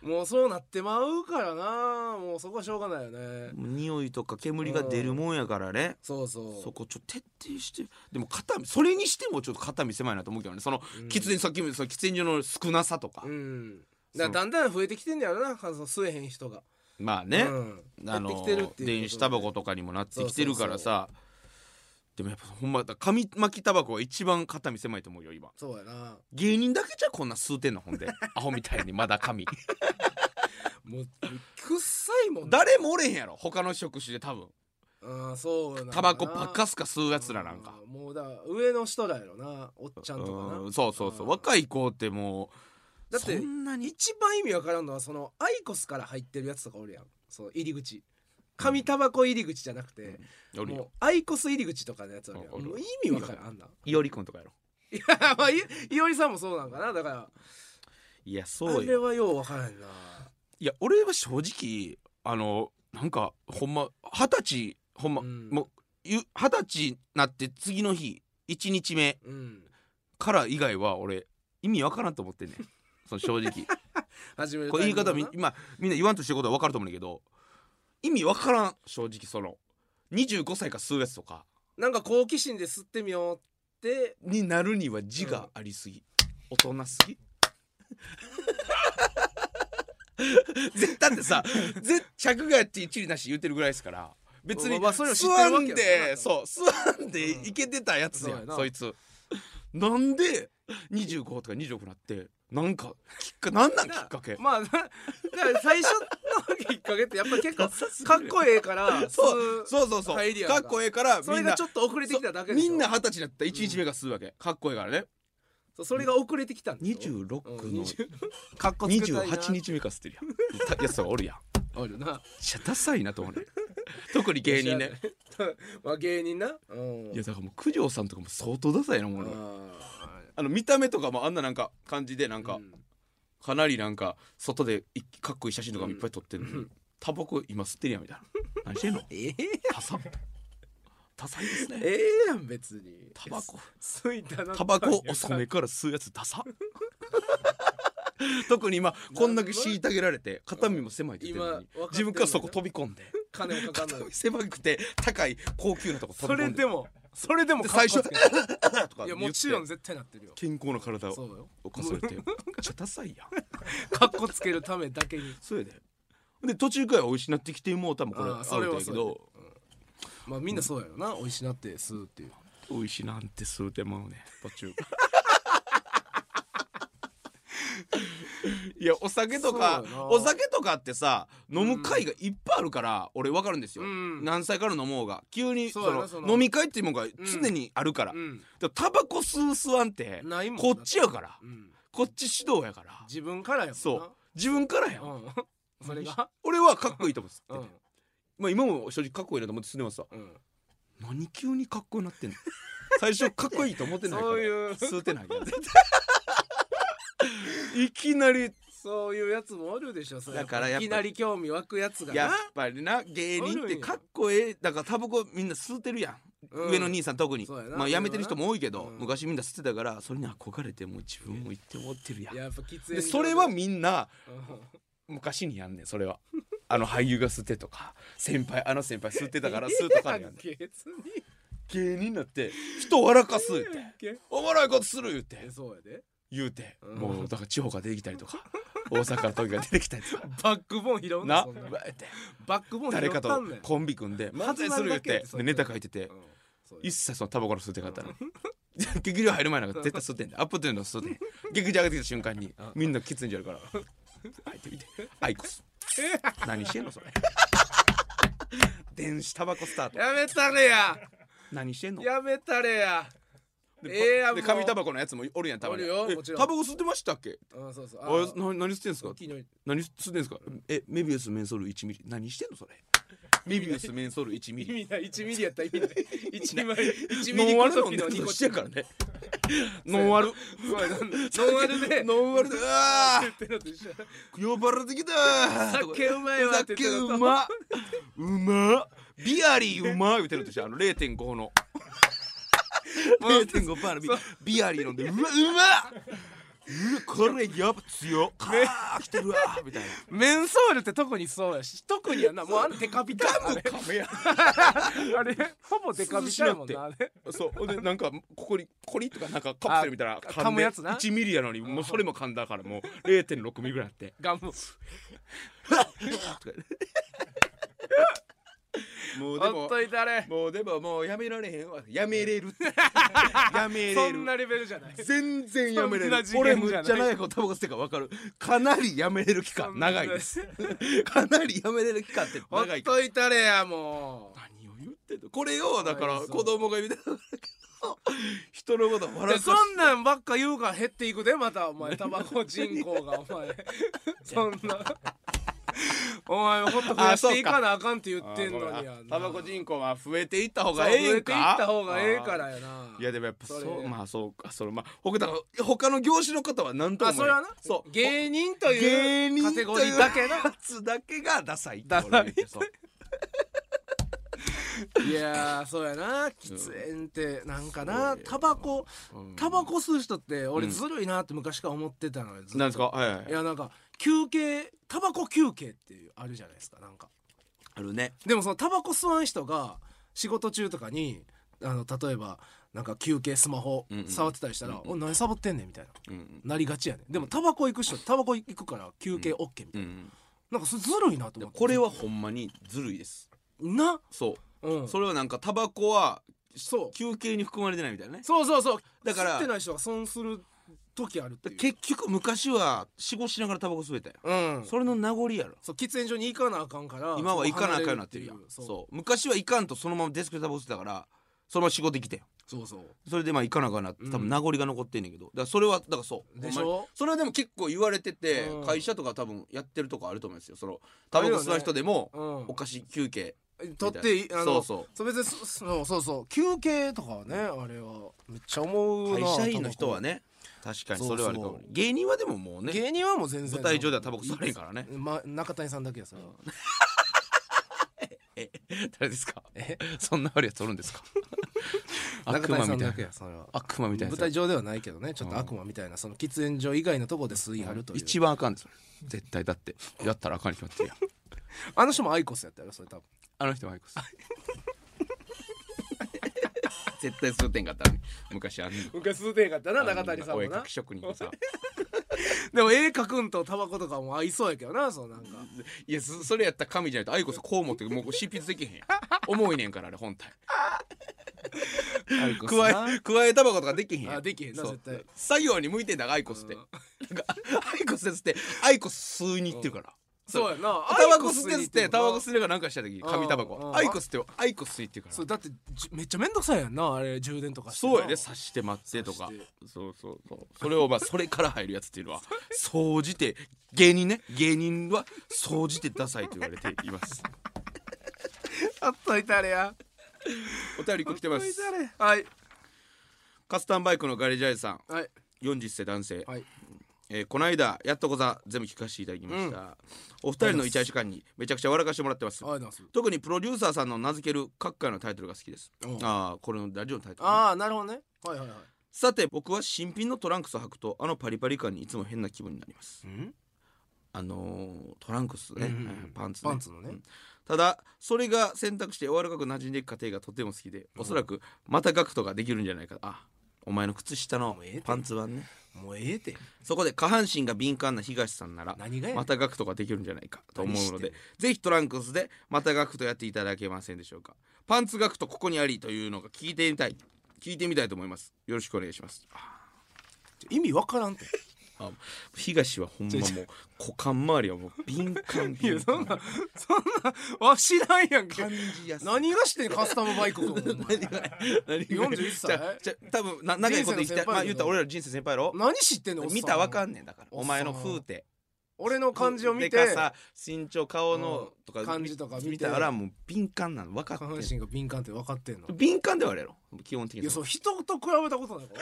Speaker 2: もうそうなってまうからなもうそこはしょうがないよね
Speaker 1: 匂いとか煙が出るもんやからね
Speaker 2: そうそう
Speaker 1: そこちょっと徹底してでも肩それにしてもちょっと肩身狭いなと思うけどねその
Speaker 2: うん
Speaker 1: 喫煙さっきも言ったその喫煙所の少なさとか、
Speaker 2: うん
Speaker 1: そ
Speaker 2: だ
Speaker 1: の
Speaker 2: からだんだん増えてきてんねやろなその吸えへん人が
Speaker 1: まあね、
Speaker 2: うん、減
Speaker 1: あ
Speaker 2: っ
Speaker 1: の
Speaker 2: てきてるっていうことで
Speaker 1: 電子タバコとかにもなってきてるからさでもやっぱほんまだ紙巻きタバコは一番肩身狭いと思うよ今
Speaker 2: そうやな
Speaker 1: 芸人だけじゃこんな吸うてんのほんでアホみたいにまだ 紙
Speaker 2: もうくっさいもん
Speaker 1: 誰もおれへんやろ他の職種で多分
Speaker 2: ああそうやな
Speaker 1: タバコばっかすか吸うやつらなんか
Speaker 2: あーもうだから上の人らやろなおっちゃんとかな
Speaker 1: うんそうそうそ
Speaker 2: う
Speaker 1: う
Speaker 2: ん
Speaker 1: 若い子ってもう
Speaker 2: だって
Speaker 1: そんなに
Speaker 2: 一番意味わからんのはそのアイコスから入ってるやつとかおるやんその入り口紙タバコ入り口じゃなくて、
Speaker 1: より
Speaker 2: もう
Speaker 1: よ
Speaker 2: アイコス入り口とかのやつあるやん
Speaker 1: おる
Speaker 2: もう意味わからんあんない
Speaker 1: おりくんとかやろ
Speaker 2: いや まあいいおりさんもそうなんかなだから
Speaker 1: いやそ
Speaker 2: あ
Speaker 1: う
Speaker 2: れ
Speaker 1: よ
Speaker 2: はようわからんない
Speaker 1: や俺は正直あのなんかほんま二十歳ほんま、
Speaker 2: うん
Speaker 1: もうゆ二十歳になって次の日一日目
Speaker 2: うん
Speaker 1: から以外は俺意味わからんと思ってんねんその正直
Speaker 2: 始める
Speaker 1: これ言い
Speaker 2: タ
Speaker 1: 方み
Speaker 2: イミング
Speaker 1: 今みんな言わんとしてることはわかると思うんだけど意味わからん正直その25歳か数月とか
Speaker 2: ななんか好奇心で吸ってみようって
Speaker 1: になるには字がありすぎ、大人すぎ 絶対ってさ絶着がやって一理なし言ってるぐらいですから別に
Speaker 2: まあそれを知っ
Speaker 1: 吸
Speaker 2: て
Speaker 1: わ
Speaker 2: るわけ
Speaker 1: ん
Speaker 2: やから
Speaker 1: でそう吸わんで
Speaker 2: うん
Speaker 1: いけてたやつや、
Speaker 2: そうんやな
Speaker 1: そいつなんで25とか26になってなんかきっかなんなんきっかけ
Speaker 2: まあなだから最初のきっかけってやっぱ結 構かっこええから
Speaker 1: そう
Speaker 2: 吸
Speaker 1: そうそうそう
Speaker 2: 入りやん
Speaker 1: か
Speaker 2: か
Speaker 1: っこええから
Speaker 2: そ
Speaker 1: み
Speaker 2: れ
Speaker 1: ん
Speaker 2: が
Speaker 1: な
Speaker 2: ちょっと遅れてきただけで
Speaker 1: み
Speaker 2: しょ
Speaker 1: んな二十歳になったら1日目が吸うわけ、かっこええからね
Speaker 2: そうそれが遅れてきたんでしょ
Speaker 1: 26
Speaker 2: うん
Speaker 1: の
Speaker 2: 20かっこつけたいな
Speaker 1: 28日目から吸ってるや んたやつらおるやん
Speaker 2: あるな
Speaker 1: めっちゃダサいなと思うね 特に芸人ね
Speaker 2: まあ芸人なうん
Speaker 1: いやだからもう九条さんとかも相当ダサいなも
Speaker 2: あ
Speaker 1: うね
Speaker 2: ー
Speaker 1: あの見た目とかもあんななんか感じでなんか、
Speaker 2: うん
Speaker 1: かなりなんか外でいかっこいい写真とかもいっぱい撮ってるのに、
Speaker 2: うん
Speaker 1: タバコ今吸ってるやんみたいな何してんの
Speaker 2: えー
Speaker 1: 多彩多彩ですね
Speaker 2: ええやん別に
Speaker 1: タバコ
Speaker 2: 吸いたな
Speaker 1: タバコ遅めから吸うやつ ダサ特に今こんだけ虐げられて肩身も狭いって言ってるのに
Speaker 2: 今わかって
Speaker 1: 自
Speaker 2: んの
Speaker 1: 分からそこ飛び込ん で
Speaker 2: 金もかかん
Speaker 1: 肩
Speaker 2: ない
Speaker 1: 身狭くて高い高級なとこ飛
Speaker 2: そ
Speaker 1: び込
Speaker 2: れ
Speaker 1: んで
Speaker 2: でもそれでも
Speaker 1: で
Speaker 2: かっこ
Speaker 1: 最
Speaker 2: つけ
Speaker 1: 初
Speaker 2: て
Speaker 1: とか
Speaker 2: いや
Speaker 1: 言って
Speaker 2: もちろん絶対なってるよ
Speaker 1: 健康な体
Speaker 2: そ
Speaker 1: を
Speaker 2: うよ
Speaker 1: 犯さ れてめっちゃダサいやん
Speaker 2: かっこつけるためだけに
Speaker 1: そうやでで途中から美味しなってきてもうたもこれ
Speaker 2: あ
Speaker 1: ア
Speaker 2: ー
Speaker 1: ウ
Speaker 2: それ
Speaker 1: ト
Speaker 2: は
Speaker 1: や
Speaker 2: そ
Speaker 1: け
Speaker 2: うやね
Speaker 1: ど
Speaker 2: まあみんなそうやろな美味しなって吸うっていう
Speaker 1: 美味しなんて吸うてまうね途中 いやお酒とか
Speaker 2: そうやな
Speaker 1: お酒とかってさ飲む会がいっぱいあるから、俺わかるんですよ、
Speaker 2: うん
Speaker 1: 何歳から飲もうが急に
Speaker 2: そ
Speaker 1: そう
Speaker 2: やな
Speaker 1: の
Speaker 2: その
Speaker 1: 飲み会っていうもんが常にあるから、
Speaker 2: うん
Speaker 1: でもタバコ吸う吸わんって
Speaker 2: ないもん
Speaker 1: こっちやから
Speaker 2: うん
Speaker 1: こっち指導やから
Speaker 2: 自分からやもんな
Speaker 1: そう自分からやん、
Speaker 2: うんそれが
Speaker 1: 俺はかっこいいと思って
Speaker 2: う
Speaker 1: 吸って
Speaker 2: ん
Speaker 1: て、まあ今も正直かっこいいなと思って吸ってますわ
Speaker 2: うん
Speaker 1: 何急にかっこよなってん の最初かっこいいと思ってないから
Speaker 2: そういう
Speaker 1: 吸うてないか ら絶対いきなり
Speaker 2: そういうやつもおるでしょそれ
Speaker 1: だからやっ
Speaker 2: いき
Speaker 1: ぱ
Speaker 2: なり興味湧くやつが
Speaker 1: やっ
Speaker 2: な
Speaker 1: ぱりな芸人ってかっこええだからタバコみんな吸うてるやん、
Speaker 2: うん
Speaker 1: 上の兄さん特に
Speaker 2: そうやな
Speaker 1: まあやめてる人も多いけど、
Speaker 2: うん
Speaker 1: 昔みんな吸ってたからそれに憧れてもう自分も行って思ってるやん
Speaker 2: やっぱ喫煙
Speaker 1: でそれは
Speaker 2: うん
Speaker 1: みんな昔にやんねんそ れはあの俳優が吸ってとか先輩あの先輩吸ってたから吸うとか
Speaker 2: い
Speaker 1: に
Speaker 2: や
Speaker 1: やんねん
Speaker 2: 別に
Speaker 1: 芸人になって人笑かすって
Speaker 2: え
Speaker 1: おもろいことする言うて
Speaker 2: えそうやで
Speaker 1: 言うて、
Speaker 2: うん
Speaker 1: もうだから地方から出てきたりとか大阪の時が出てきたりとか
Speaker 2: バックボーン拾うな
Speaker 1: な
Speaker 2: そんなん
Speaker 1: バーって
Speaker 2: バックボーン拾
Speaker 1: 誰
Speaker 2: った
Speaker 1: か
Speaker 2: んだ
Speaker 1: と
Speaker 2: よ
Speaker 1: コンビ組んで漫才する言う
Speaker 2: まあそんなわ
Speaker 1: てで
Speaker 2: けやって
Speaker 1: ネタ書いてて
Speaker 2: うんそうや
Speaker 1: 一切そのタバコの吸ってかったの 劇場入る前なんか絶対吸ってんだアップというの吸ってん劇場上がってきた瞬間にみんな喫煙所あるから入ってきてアイ コス何してんのそれ電子タバコスタート
Speaker 2: やめたれや
Speaker 1: 何してんの
Speaker 2: やめたれや
Speaker 1: で
Speaker 2: ええやん
Speaker 1: で
Speaker 2: もう
Speaker 1: 紙タバコのやつもおるやんたまに
Speaker 2: おるよ
Speaker 1: え
Speaker 2: もちろん
Speaker 1: タバコ吸ってましたっけ
Speaker 2: うんそうそう
Speaker 1: あ
Speaker 2: あ
Speaker 1: れな何吸ってんすか
Speaker 2: 昨日
Speaker 1: 何吸ってんすかえメビウスメンソール1ミリ何してんのそれメビウスメンソール1ミ
Speaker 2: 意
Speaker 1: リ
Speaker 2: 味ない1ミリやったら意 味ない1枚1ミ
Speaker 1: ノ
Speaker 2: リ
Speaker 1: ンア
Speaker 2: コ
Speaker 1: ル
Speaker 2: ト
Speaker 1: の
Speaker 2: ピ
Speaker 1: ね
Speaker 2: の
Speaker 1: こと
Speaker 2: 2個
Speaker 1: 一緒やから ねノンアル
Speaker 2: そうやなノンアルで
Speaker 1: ノンアルでうわ
Speaker 2: ってのと一緒
Speaker 1: ー呼ばれてきた
Speaker 2: 酒うまいわって
Speaker 1: 酒
Speaker 2: 言ってる
Speaker 1: うまうまビアリーうまい言ってるとしてあの0.5の0.5パーのビビアリー飲んでうわうまうわこれやば強っかー来てるわみたいな
Speaker 2: メンソールって特にそうやし特にやなもうあのデカビタやもんあれ
Speaker 1: カメや
Speaker 2: あれほぼデカビタやもんなあれ
Speaker 1: そうほんでなんかここにコリとかなんかカプセルみたいな
Speaker 2: あ噛むやつな
Speaker 1: 1ミリやのにもうそれも噛んだからもう0.6ミリぐらいあって
Speaker 2: ガム
Speaker 1: もうで
Speaker 2: ほ
Speaker 1: も
Speaker 2: っといたれ
Speaker 1: もうでももうやめられへんわやめれるやめ
Speaker 2: そ
Speaker 1: れ
Speaker 2: ん
Speaker 1: る
Speaker 2: なレベルじゃない
Speaker 1: 全然やめれ
Speaker 2: そん
Speaker 1: る
Speaker 2: な次元
Speaker 1: 俺
Speaker 2: じゃない
Speaker 1: むっちゃ長いことタバコ吸ってるから分かるかなりやめれる期間長いですかなりやめれる期間って
Speaker 2: ほっ
Speaker 1: 長い
Speaker 2: といたれやもう
Speaker 1: 何を言ってんのこれをだか
Speaker 2: か
Speaker 1: ら
Speaker 2: わいそう
Speaker 1: 子供が言うてたからけど 人のこと
Speaker 2: い
Speaker 1: 笑
Speaker 2: や
Speaker 1: か
Speaker 2: そんなんばっか言うから減っていくでまたお 前タバコ人口がお前そんなお前ほっと増やしていかなあかんって言ってんのにやな
Speaker 1: タバコ人口は増えていった方
Speaker 2: 口が
Speaker 1: が
Speaker 2: え
Speaker 1: え
Speaker 2: え
Speaker 1: え
Speaker 2: ん
Speaker 1: んか
Speaker 2: かいった方がええからやない
Speaker 1: やでもやっぱそ
Speaker 2: それ
Speaker 1: うまあそうかそれまあ他だから他の業種の方は何とも
Speaker 2: あ
Speaker 1: 言
Speaker 2: そ
Speaker 1: え
Speaker 2: れ
Speaker 1: ない
Speaker 2: はな
Speaker 1: そう
Speaker 2: 芸人とい
Speaker 1: 芸
Speaker 2: う
Speaker 1: 人
Speaker 2: カ
Speaker 1: とい
Speaker 2: テ
Speaker 1: う
Speaker 2: ゴリーだけな
Speaker 1: やつだけがダサいって
Speaker 2: ダ
Speaker 1: 俺
Speaker 2: サ
Speaker 1: が
Speaker 2: い
Speaker 1: 言ってそう
Speaker 2: いやーそうやな喫煙ってなんかな
Speaker 1: そうや
Speaker 2: タバコ
Speaker 1: うん
Speaker 2: タバコ吸う人って俺
Speaker 1: うん
Speaker 2: ずるいなって昔から思ってたのよずっと
Speaker 1: なんですかはいはい
Speaker 2: いやなんか休憩タバコ休憩っていうあるじゃないですかなんか
Speaker 1: あるね
Speaker 2: でもそのタバコ吸わん人が仕事中とかにあの例えばなんか休憩スマホ
Speaker 1: うんうん
Speaker 2: 触ってたりしたら「
Speaker 1: うんうん
Speaker 2: お何サボってんねん」みたいな
Speaker 1: うん
Speaker 2: なりがちやねんでもタバコ行く人タバコ行くから休憩 OK みたいな、
Speaker 1: うん
Speaker 2: なんかそれずるいなと
Speaker 1: で
Speaker 2: 思っ
Speaker 1: も
Speaker 2: て
Speaker 1: これはほんまにずるいです
Speaker 2: な、
Speaker 1: そ
Speaker 2: うん、
Speaker 1: うそれはなんかタバコは
Speaker 2: そう
Speaker 1: 休憩に含まれてないみたいなね
Speaker 2: そうそうそう
Speaker 1: だから
Speaker 2: 吸ってない人が損する時あるっていう
Speaker 1: 結局昔は仕事しながらタバコ吸えたよ
Speaker 2: うん
Speaker 1: それの名残やろ
Speaker 2: そう喫煙所に行かなあかんから
Speaker 1: 今は行かなあかんようになってるやん
Speaker 2: そ
Speaker 1: そうう昔は行かんとそのままデスクでタバコ吸ってたからそのまま仕事できて
Speaker 2: そうそう
Speaker 1: それでまあ行かなあかんなって多分名残が残ってんねんけど、だからそれはだからそう
Speaker 2: でし
Speaker 1: ほんまに
Speaker 2: ょ
Speaker 1: それはでも結構言われてて、
Speaker 2: うん
Speaker 1: 会社とか多分やってるとこあると思うんですよそのタバコ吸わん人でも、
Speaker 2: うん
Speaker 1: お菓子休憩
Speaker 2: 取っていいあの
Speaker 1: そうそう
Speaker 2: そう別にそそうそうそう休憩とかはねあれはめっちゃ思う
Speaker 1: 会
Speaker 2: な
Speaker 1: 社員の人はね確かにそれはあるかも
Speaker 2: そうそう
Speaker 1: 芸人はでも
Speaker 2: タバ
Speaker 1: もう
Speaker 2: コ
Speaker 1: ね
Speaker 2: 芸人はもう全然
Speaker 1: 舞台上ではタバコ吸われへんからね
Speaker 2: ま、中谷さんだけやそれは
Speaker 1: 誰ですかそんな悪いやつおるんですか 悪
Speaker 2: 中谷
Speaker 1: 魔
Speaker 2: さん
Speaker 1: みた
Speaker 2: だ
Speaker 1: い
Speaker 2: け
Speaker 1: な
Speaker 2: やそれは
Speaker 1: 悪魔みたい
Speaker 2: 舞
Speaker 1: なやつ
Speaker 2: 台上ではないけどねちょっと悪魔みたいなその喫煙所以外のところで吸い張るという
Speaker 1: 一番あかんでそれ絶対だってやったらあかんに決まってるやん
Speaker 2: あの人もアイコスやったよそれ多分
Speaker 1: あの人はアイコ ス絶対数点があったのに昔あの
Speaker 2: 昔吸うてへんかったな中谷さん
Speaker 1: お
Speaker 2: も
Speaker 1: 絵描
Speaker 2: な
Speaker 1: き職人がさ
Speaker 2: でも絵描くんとタバコとかも合いそうやけどなそうなんか
Speaker 1: いやそそれやったら神じゃないとアイコスこう思ってもう執筆できへんやん重いねんからあれ本体
Speaker 2: アイコ
Speaker 1: 加え加えタバコとかできへんやん
Speaker 2: あできへんな
Speaker 1: そう
Speaker 2: 絶対
Speaker 1: 作業に向いてんだからアイコスってなんかアイコスですってアイコス吸いに行ってるから
Speaker 2: そうやな
Speaker 1: タバコ吸って吸ってタバコ吸
Speaker 2: って
Speaker 1: いながらなんかした時紙タバ
Speaker 2: うんう
Speaker 1: コ
Speaker 2: ん
Speaker 1: アイコスってアイコス吸いってるから
Speaker 2: そうだってじめっちゃめんどくさいやんなあれ充電とかしてな
Speaker 1: そうやで刺して待ってとか
Speaker 2: 刺して
Speaker 1: そうそうそうそれをまあそれから入るやつっていうのは総じて芸人ね芸人は総じてダサいと言われています
Speaker 2: あっといたれや
Speaker 1: お便り一個来てます
Speaker 2: はい
Speaker 1: カスタンバイクのガレージャージさん
Speaker 2: はい
Speaker 1: 40歳男性、
Speaker 2: はい
Speaker 1: えーこの間やっとこざ全部聞かせていただきました、お二人のイチャイチャ感にめちゃくちゃ笑かしてもらってます
Speaker 2: ありがとうございます
Speaker 1: 特にプロデューサーさんの名付ける各界のタイトルが好きです
Speaker 2: うん
Speaker 1: ああこれのラジオのタイトルね、
Speaker 2: ああなるほどねはいはいはい
Speaker 1: さて僕は新品のトランクスを履くとあのパリパリ感にいつも変な気分になります
Speaker 2: ん
Speaker 1: あのートランクスね、
Speaker 2: うんうんうん
Speaker 1: はいパンツね
Speaker 2: パンツのね
Speaker 1: うんただそれが選択して柔らかく馴染んでいく過程がとても好きでおそらくまたガクトができるんじゃないかあお前の靴下の
Speaker 2: もうええて
Speaker 1: パンツはね
Speaker 2: もうええて
Speaker 1: そこで下半身が敏感な東さんなら
Speaker 2: 何がやねん
Speaker 1: またガクトができるんじゃないかと思う
Speaker 2: 何
Speaker 1: の
Speaker 2: してん
Speaker 1: でぜひトランクスでまたガクトやっていただけませんでしょうかパンツガクトここにありというのが聞いてみたい聞いてみたいと思いますよろしくお願いします
Speaker 2: 意味わからんて
Speaker 1: あ東はほんまもう股間周りはもう敏 感
Speaker 2: いや
Speaker 1: 敏
Speaker 2: そん
Speaker 1: 感
Speaker 2: なそんなわしなんやんけ
Speaker 1: 感じやすい
Speaker 2: 何がしてんカスタムバイクくんお前
Speaker 1: 何が
Speaker 2: 41歳
Speaker 1: じゃあじゃあ多分な長いこと言きた
Speaker 2: 人生の先輩やけ
Speaker 1: い
Speaker 2: ど
Speaker 1: まあ言ったら俺ら人生先輩やろ
Speaker 2: 何知ってんの
Speaker 1: 見たらわか
Speaker 2: ん
Speaker 1: んねんだからお前の風景
Speaker 2: 俺の感じを見て
Speaker 1: でかさ身長顔のとか
Speaker 2: うん感じとか見て
Speaker 1: 見たらもう敏感なの分か
Speaker 2: 下
Speaker 1: っ
Speaker 2: 半
Speaker 1: てん
Speaker 2: 身が敏感って分かってんの
Speaker 1: 敏感ではあるやろ基本的
Speaker 2: いや
Speaker 1: に
Speaker 2: そう人と比べたことない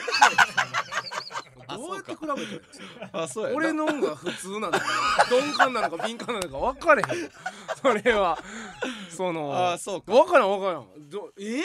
Speaker 2: からどうやって比べてる
Speaker 1: あそうやな
Speaker 2: 俺の音が普通なのか鈍感なのか敏感なのか分かれへんそれはその
Speaker 1: あそうか
Speaker 2: 分からん分からんどえー、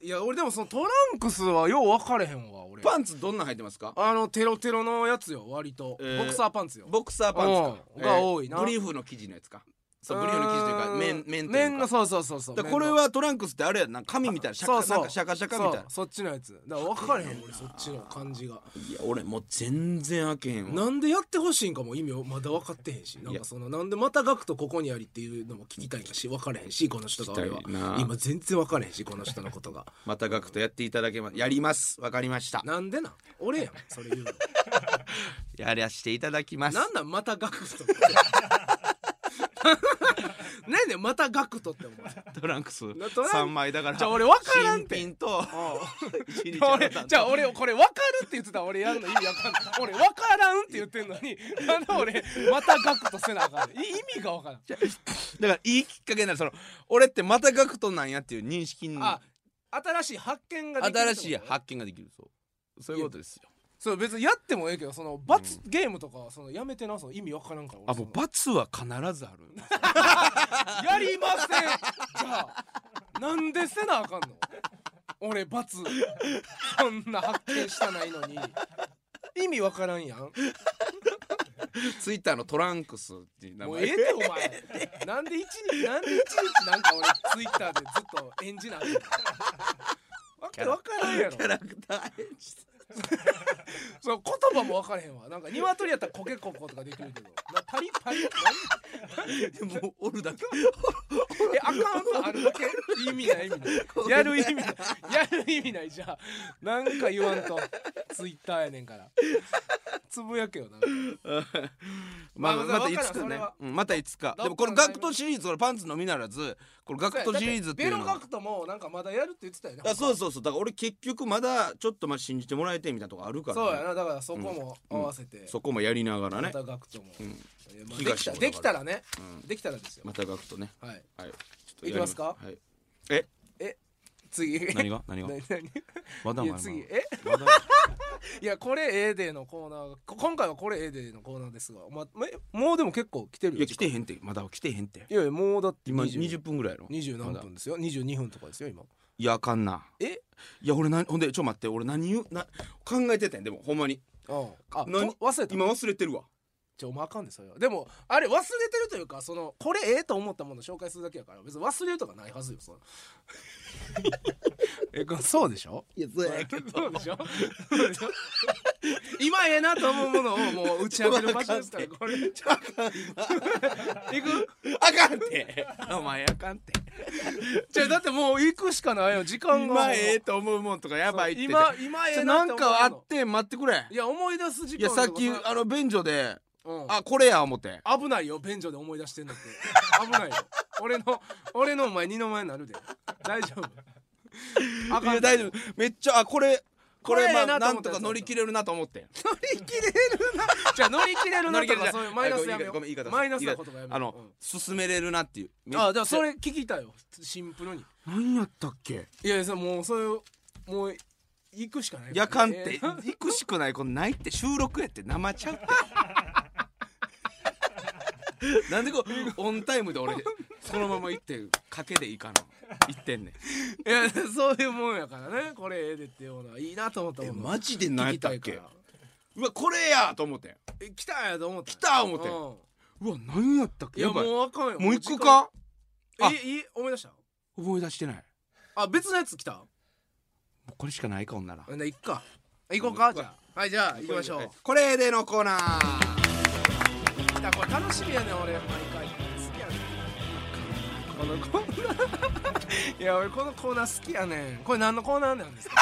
Speaker 2: いや俺でもそのトランクスはよう分かれへんわ俺
Speaker 1: パンツどんなん履いてますか
Speaker 2: あのテロテロのやつよ割と、
Speaker 1: えー
Speaker 2: ボクサーパンツよ
Speaker 1: ボクサーパンツか
Speaker 2: うんが多いな
Speaker 1: ブリーフの生地のやつかそうブリーフの生地というか
Speaker 2: ん
Speaker 1: 面面とい
Speaker 2: 面
Speaker 1: うか
Speaker 2: のそうそうそうそう
Speaker 1: だからこれはトランクスってあれやんな紙みたいなシャカ
Speaker 2: そうそう
Speaker 1: なんかシャカシャカみたい
Speaker 2: そ
Speaker 1: な
Speaker 2: うそっちのやつだから分かれへん俺そっちの感じが
Speaker 1: いや俺もう全然開けへんわ
Speaker 2: なんでやってほしいんかも意味をまだ分かってへんしなんかそのなんでまたガクとここにありっていうのも聞きたいんだし分かれへんしこの人が俺は
Speaker 1: 聞きたいな
Speaker 2: 今全然分かれへんしこの人のこと が
Speaker 1: またガクトやっていただけますやりますわかりました
Speaker 2: なんでなん俺やんそれ言う の
Speaker 1: やらしていただきます
Speaker 2: なんなんまたガクト なんやねんまたガクトってお前
Speaker 1: トランクス
Speaker 2: なトラン
Speaker 1: 3枚だから
Speaker 2: じゃあ俺わからんて
Speaker 1: 新品と 一日
Speaker 2: 俺
Speaker 1: の
Speaker 2: じゃあ俺これ分かるって言ってたら俺やるの意味わかんない俺分からんって言ってんのになんで俺またガクトせなあかんねんい意味が分からん
Speaker 1: だからいいきっかけになるその俺ってまたガクトなんやっていう認識に
Speaker 2: あ新しい発見ができるってこ
Speaker 1: 新
Speaker 2: と
Speaker 1: しい発見ができるそうそういうことですよ
Speaker 2: そう別にやってもええけどその罰ゲームとかそのやめてなその意味わからんから俺
Speaker 1: あもう罰は必ずある
Speaker 2: やりませんじゃあなんでせなあかんの俺罰そんな発見したないのに意味わからんやん
Speaker 1: ツイッターのトランクスっていう名
Speaker 2: もう
Speaker 1: 前
Speaker 2: ええってお前なんで一日なんで一日なんか俺ツイッターでずっと演じなあかんのわけわからんやろ
Speaker 1: キャラクター演じて
Speaker 2: その言葉もわからへんわなんか鶏やったらコケココとかできるけどなパリパリ何
Speaker 1: でもうおるだけ
Speaker 2: えアカウントあるだけ意味ない意味 ないやる意味ないやる意味ないじゃあなんか言わんとツイッターやねんからつぶやけよなんか
Speaker 1: まあ
Speaker 2: まあ
Speaker 1: またい
Speaker 2: わ
Speaker 1: つ
Speaker 2: からんそ
Speaker 1: か
Speaker 2: れ
Speaker 1: ね
Speaker 2: は
Speaker 1: うんまたいつ
Speaker 2: ど
Speaker 1: か
Speaker 2: っかの
Speaker 1: でもこのガクトシリーズこれパンツのみならずこのガクトシリーズっていうの
Speaker 2: ベロ
Speaker 1: は
Speaker 2: ガクトもなんかまだやるって言ってたよね
Speaker 1: あそうそうそうだから俺結局まだちょっとまあ信じてもらえてみたいなとこあるからね
Speaker 2: そうやなだからそこも合わせて、
Speaker 1: そこもやりながら
Speaker 2: ま
Speaker 1: ね
Speaker 2: たガクトも、いやまあでき
Speaker 1: 東
Speaker 2: た
Speaker 1: もだから
Speaker 2: できたらね、
Speaker 1: う
Speaker 2: できたらですよ
Speaker 1: またガクトね
Speaker 2: はい
Speaker 1: はいちょっと
Speaker 2: いきますか
Speaker 1: やりはいえ
Speaker 2: え次
Speaker 1: 何が何が
Speaker 2: 何何
Speaker 1: 和田
Speaker 2: い
Speaker 1: 前
Speaker 2: や
Speaker 1: 前
Speaker 2: 次え
Speaker 1: 和田
Speaker 2: いやこれ A デーのコーナーがこ今回はこれ A デーのコーナーですが、ま、えもうでも結構来てる
Speaker 1: い
Speaker 2: よ
Speaker 1: や来てへんってまだ来てへんって
Speaker 2: いやいやもうだって
Speaker 1: 今
Speaker 2: 20
Speaker 1: 20分ぐらいやろ
Speaker 2: 20何
Speaker 1: まだ
Speaker 2: 分ですよ22分とかですよ今
Speaker 1: いやあかんな
Speaker 2: え
Speaker 1: いや俺なほんでちょ待って俺何言うな考えててんでもほんまに
Speaker 2: あああ
Speaker 1: 何
Speaker 2: と忘れた
Speaker 1: 今忘れてるわ
Speaker 2: ちょお前あかんでそれはでもあれ忘れてるというかそのこれええと思ったものを紹介するだけやから別に忘れるとかないはずよそ のえこれそうでしょ
Speaker 1: いやそうや
Speaker 2: そうでしょそうでしょ今ええなと思うものをもう打ち上げる場所です からこれ行く
Speaker 1: あかんて お前あかんて
Speaker 2: じゃだってもう行くしかないよ時間がもう
Speaker 1: 今ええと思うもんとかやばいって
Speaker 2: 今今え
Speaker 1: ち
Speaker 2: え
Speaker 1: ょ
Speaker 2: な
Speaker 1: な
Speaker 2: って思
Speaker 1: ん
Speaker 2: うもの
Speaker 1: かあって待ってくれ
Speaker 2: いや思い出す時間
Speaker 1: いやさっき
Speaker 2: とか
Speaker 1: あの便所で
Speaker 2: うん
Speaker 1: あこれや思て
Speaker 2: 危ないよ便所で思い出してんのって危ないよ俺の俺のお前二の前になるで大丈夫あ
Speaker 1: いや大丈夫めっちゃあこれこれ
Speaker 2: これ
Speaker 1: ま
Speaker 2: や
Speaker 1: あ
Speaker 2: なと
Speaker 1: な
Speaker 2: 思
Speaker 1: ん
Speaker 2: った
Speaker 1: と
Speaker 2: やつ
Speaker 1: か乗り切れるなと思って
Speaker 2: 乗り切れるなじゃあ乗り切れる
Speaker 1: 乗
Speaker 2: な
Speaker 1: り
Speaker 2: と
Speaker 1: 切れ
Speaker 2: かそういうマイナスやめよ
Speaker 1: ごめん言い方
Speaker 2: うマイナスなことがや
Speaker 1: 言い
Speaker 2: め
Speaker 1: 方あ
Speaker 2: よ
Speaker 1: の
Speaker 2: ううん
Speaker 1: 進めれるなっていう
Speaker 2: あじゃあそれ聞きたいよシンプルに
Speaker 1: 何やったっけ
Speaker 2: いやいやもうそれもう行くしかない
Speaker 1: 夜間って
Speaker 2: えー
Speaker 1: 行くしくないこのないって収録やって生ちゃ うってなんでこうオンタイムで俺そのまま行って賭けでいいかな行ってんねん
Speaker 2: いやそういうもんやからねこれええでっていうのはいいなと思ったもの
Speaker 1: ジで
Speaker 2: 聞きたいから
Speaker 1: うわこれやと思って
Speaker 2: え来たんやと思った来
Speaker 1: た思ってうわ何やったっ
Speaker 2: い
Speaker 1: け
Speaker 2: や
Speaker 1: や
Speaker 2: も
Speaker 1: ばいう
Speaker 2: あかんよ
Speaker 1: もう一個かあ
Speaker 2: えいい思い出した
Speaker 1: 思い出してないも
Speaker 2: あ別のやつ来た
Speaker 1: うこれしかないかほんなら
Speaker 2: ほんで行っか行こうかじゃあはいじゃあ行きましょう
Speaker 1: これでのコーナー
Speaker 2: いやこれ楽しみやねん俺毎回好きやねんこのコーナー いや俺このコーナー好きやねんこれ何のコーナーなんですか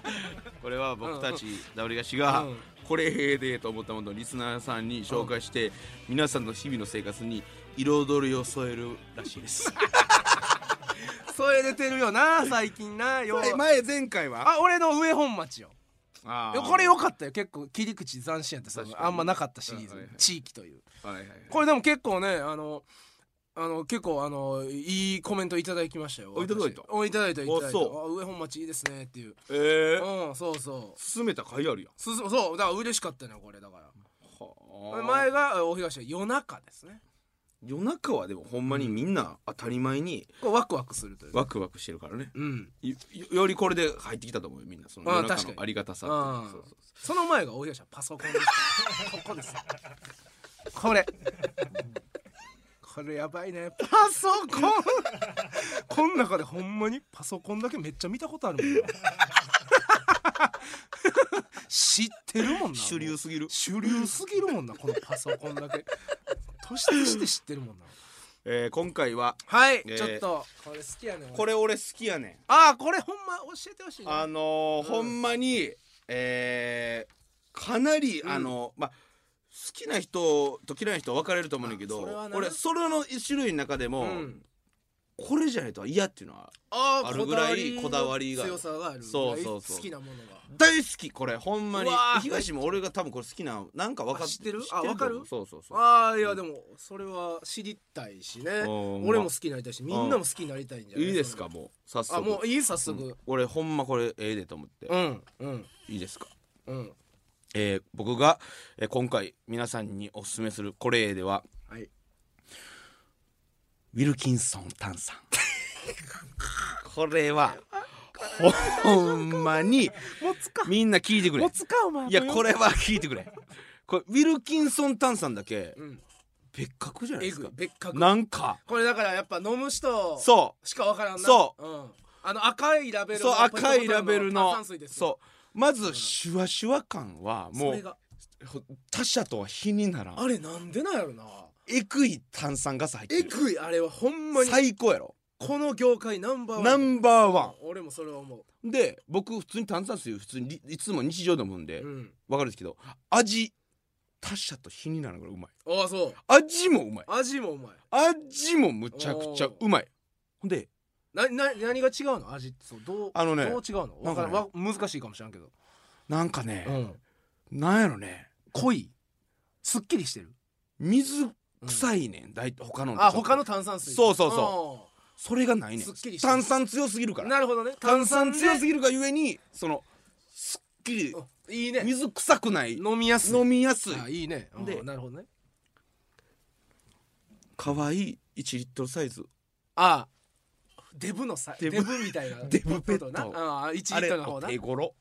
Speaker 1: これは僕たちダブリガシが
Speaker 2: うん
Speaker 1: これへえでと思ったものをリスナーさんに紹介して皆さんの日々の生活に彩りを添えるらしいです
Speaker 2: 添えれてるよな最近なよう
Speaker 1: 前前回は
Speaker 2: あ俺の上本町よ
Speaker 1: あ
Speaker 2: いやこれ良かったよ結構切り口斬新やってさ
Speaker 1: 確かに
Speaker 2: あんまなかったシリーズ、
Speaker 1: はいはい
Speaker 2: 地域という
Speaker 1: はいはいはい
Speaker 2: これでも結構ねあのあの結構あのいいコメントいただきましたよ
Speaker 1: おいただいた
Speaker 2: 私おいただいたいただいた
Speaker 1: あそう
Speaker 2: あ上本町いいですねっていう
Speaker 1: えー、
Speaker 2: うんそうそう
Speaker 1: 進めた甲斐あるやん
Speaker 2: すすそうだから嬉しかったなこれだから
Speaker 1: は
Speaker 2: 前が大東は夜中ですね
Speaker 1: 夜中はでもほんまにみんな当たり前に
Speaker 2: こうワクワクするという
Speaker 1: ワクワクしてるからね
Speaker 2: うん
Speaker 1: よよりこれで入ってきたと思うよみんなその
Speaker 2: あー
Speaker 1: 夜中
Speaker 2: 確か
Speaker 1: の
Speaker 2: に
Speaker 1: ありがたさっていう
Speaker 2: あ
Speaker 1: そうそうそ
Speaker 2: その前が大東はパソコ ンですここですこれこれやばいねパソコンこん中でほんまにパソコンだけめっちゃ見たことあるもんな知ってるもん
Speaker 1: う
Speaker 2: な
Speaker 1: 主流すぎる
Speaker 2: 主流すぎるもんなこのパソコンだけ年として知ってるもんな
Speaker 1: えー今回は
Speaker 2: はい、
Speaker 1: えー
Speaker 2: ちょっとこれ好きやね
Speaker 1: こ
Speaker 2: れ
Speaker 1: れ俺好きやね
Speaker 2: ああこれほんま教えてほしい
Speaker 1: んあ
Speaker 2: な
Speaker 1: のー
Speaker 2: うん
Speaker 1: ほんまにえーかなり
Speaker 2: うん
Speaker 1: あのまあ好きな人と嫌いな人分かれると思うんだけ
Speaker 2: あ
Speaker 1: ど
Speaker 2: それはな
Speaker 1: 俺それの種類の中で
Speaker 2: う
Speaker 1: も
Speaker 2: ん
Speaker 1: これじゃないと嫌っていうのは
Speaker 2: あー
Speaker 1: あるぐらいこだわりが
Speaker 2: 強さがある
Speaker 1: そうそうそう
Speaker 2: ぐらい好きなものが
Speaker 1: 大好きこれほんまに
Speaker 2: うわー
Speaker 1: 東も俺が多分これ好きななんか分かっ
Speaker 2: あ知ってる
Speaker 1: と思う
Speaker 2: あ分かる
Speaker 1: そうそうそう
Speaker 2: ああいやでもそれは知りたいしね
Speaker 1: おー
Speaker 2: 俺も好きになりたいしみんなも好きになりたいんじゃない
Speaker 1: いいですかもう早
Speaker 2: それあ
Speaker 1: 速
Speaker 2: もういい早
Speaker 1: うん
Speaker 2: 速
Speaker 1: 俺ほんまこれええでと思って
Speaker 2: うんうん
Speaker 1: いいですか
Speaker 2: うん
Speaker 1: えー僕が、えー今回皆さんにおすすめするこれええでは
Speaker 2: はい
Speaker 1: ウィルキンソン炭酸 これはほんまに
Speaker 2: 持つか
Speaker 1: みんな聞いてくれ
Speaker 2: つかお前
Speaker 1: いやこれは聞いてくれこれウィルキンソン炭酸だけ
Speaker 2: うん
Speaker 1: 別格じゃない
Speaker 2: え
Speaker 1: です
Speaker 2: ぐ
Speaker 1: か
Speaker 2: 別格
Speaker 1: なんか
Speaker 2: これだからやっぱ飲む人
Speaker 1: そう
Speaker 2: しかわからんな
Speaker 1: そ
Speaker 2: うんあの赤いラベル
Speaker 1: そう
Speaker 2: の
Speaker 1: 赤いラベルの
Speaker 2: 炭酸水です
Speaker 1: そうまずシュワシュワ感はも
Speaker 2: そうれが
Speaker 1: ほ他社とは比にならん
Speaker 2: あれなんでなんやろな
Speaker 1: えぐい炭酸ガス入って
Speaker 2: え
Speaker 1: る
Speaker 2: ぐいあれはほんまに
Speaker 1: 最高やろ
Speaker 2: この業界ナンバーワン
Speaker 1: ナンバーワ
Speaker 2: 俺もそれは思
Speaker 1: ンで僕普通に炭酸水普通にいつも日常飲むん
Speaker 2: う
Speaker 1: で
Speaker 2: うん
Speaker 1: わかるんですけど味他社と比にならんぐらいうまい
Speaker 2: ああそう
Speaker 1: 味もうまい
Speaker 2: 味もうまい
Speaker 1: 味もむちゃくちゃうまいほんで
Speaker 2: なな何が違うの味ってそうどう
Speaker 1: あのね
Speaker 2: どう違うのわからん
Speaker 1: なん
Speaker 2: わ難しいかもしれんけど、
Speaker 1: なんかね
Speaker 2: ん、
Speaker 1: なんやろね
Speaker 2: 濃いすっきりしてる、
Speaker 1: 水
Speaker 2: うん
Speaker 1: 臭いねん大体他のと
Speaker 2: あ他の炭酸水
Speaker 1: そうそう
Speaker 2: そ
Speaker 1: それがないねん
Speaker 2: すっきりしてる
Speaker 1: 炭酸強すぎるから
Speaker 2: なるほどね
Speaker 1: 炭酸強す
Speaker 2: ぎ
Speaker 1: ぎるがゆえにそのすっきり
Speaker 2: いいね
Speaker 1: 水臭くない
Speaker 2: 飲みやすい
Speaker 1: 飲みやすい
Speaker 2: あいいね
Speaker 1: で
Speaker 2: でなるほどね
Speaker 1: 可愛い1リットルサイズ
Speaker 2: あデブのさ
Speaker 1: デ
Speaker 2: デ
Speaker 1: ブ
Speaker 2: ブみたいな
Speaker 1: デブペット
Speaker 2: ことなあ1
Speaker 1: あ
Speaker 2: リッ
Speaker 1: れ
Speaker 2: トルの方
Speaker 1: お
Speaker 2: な
Speaker 1: 手頃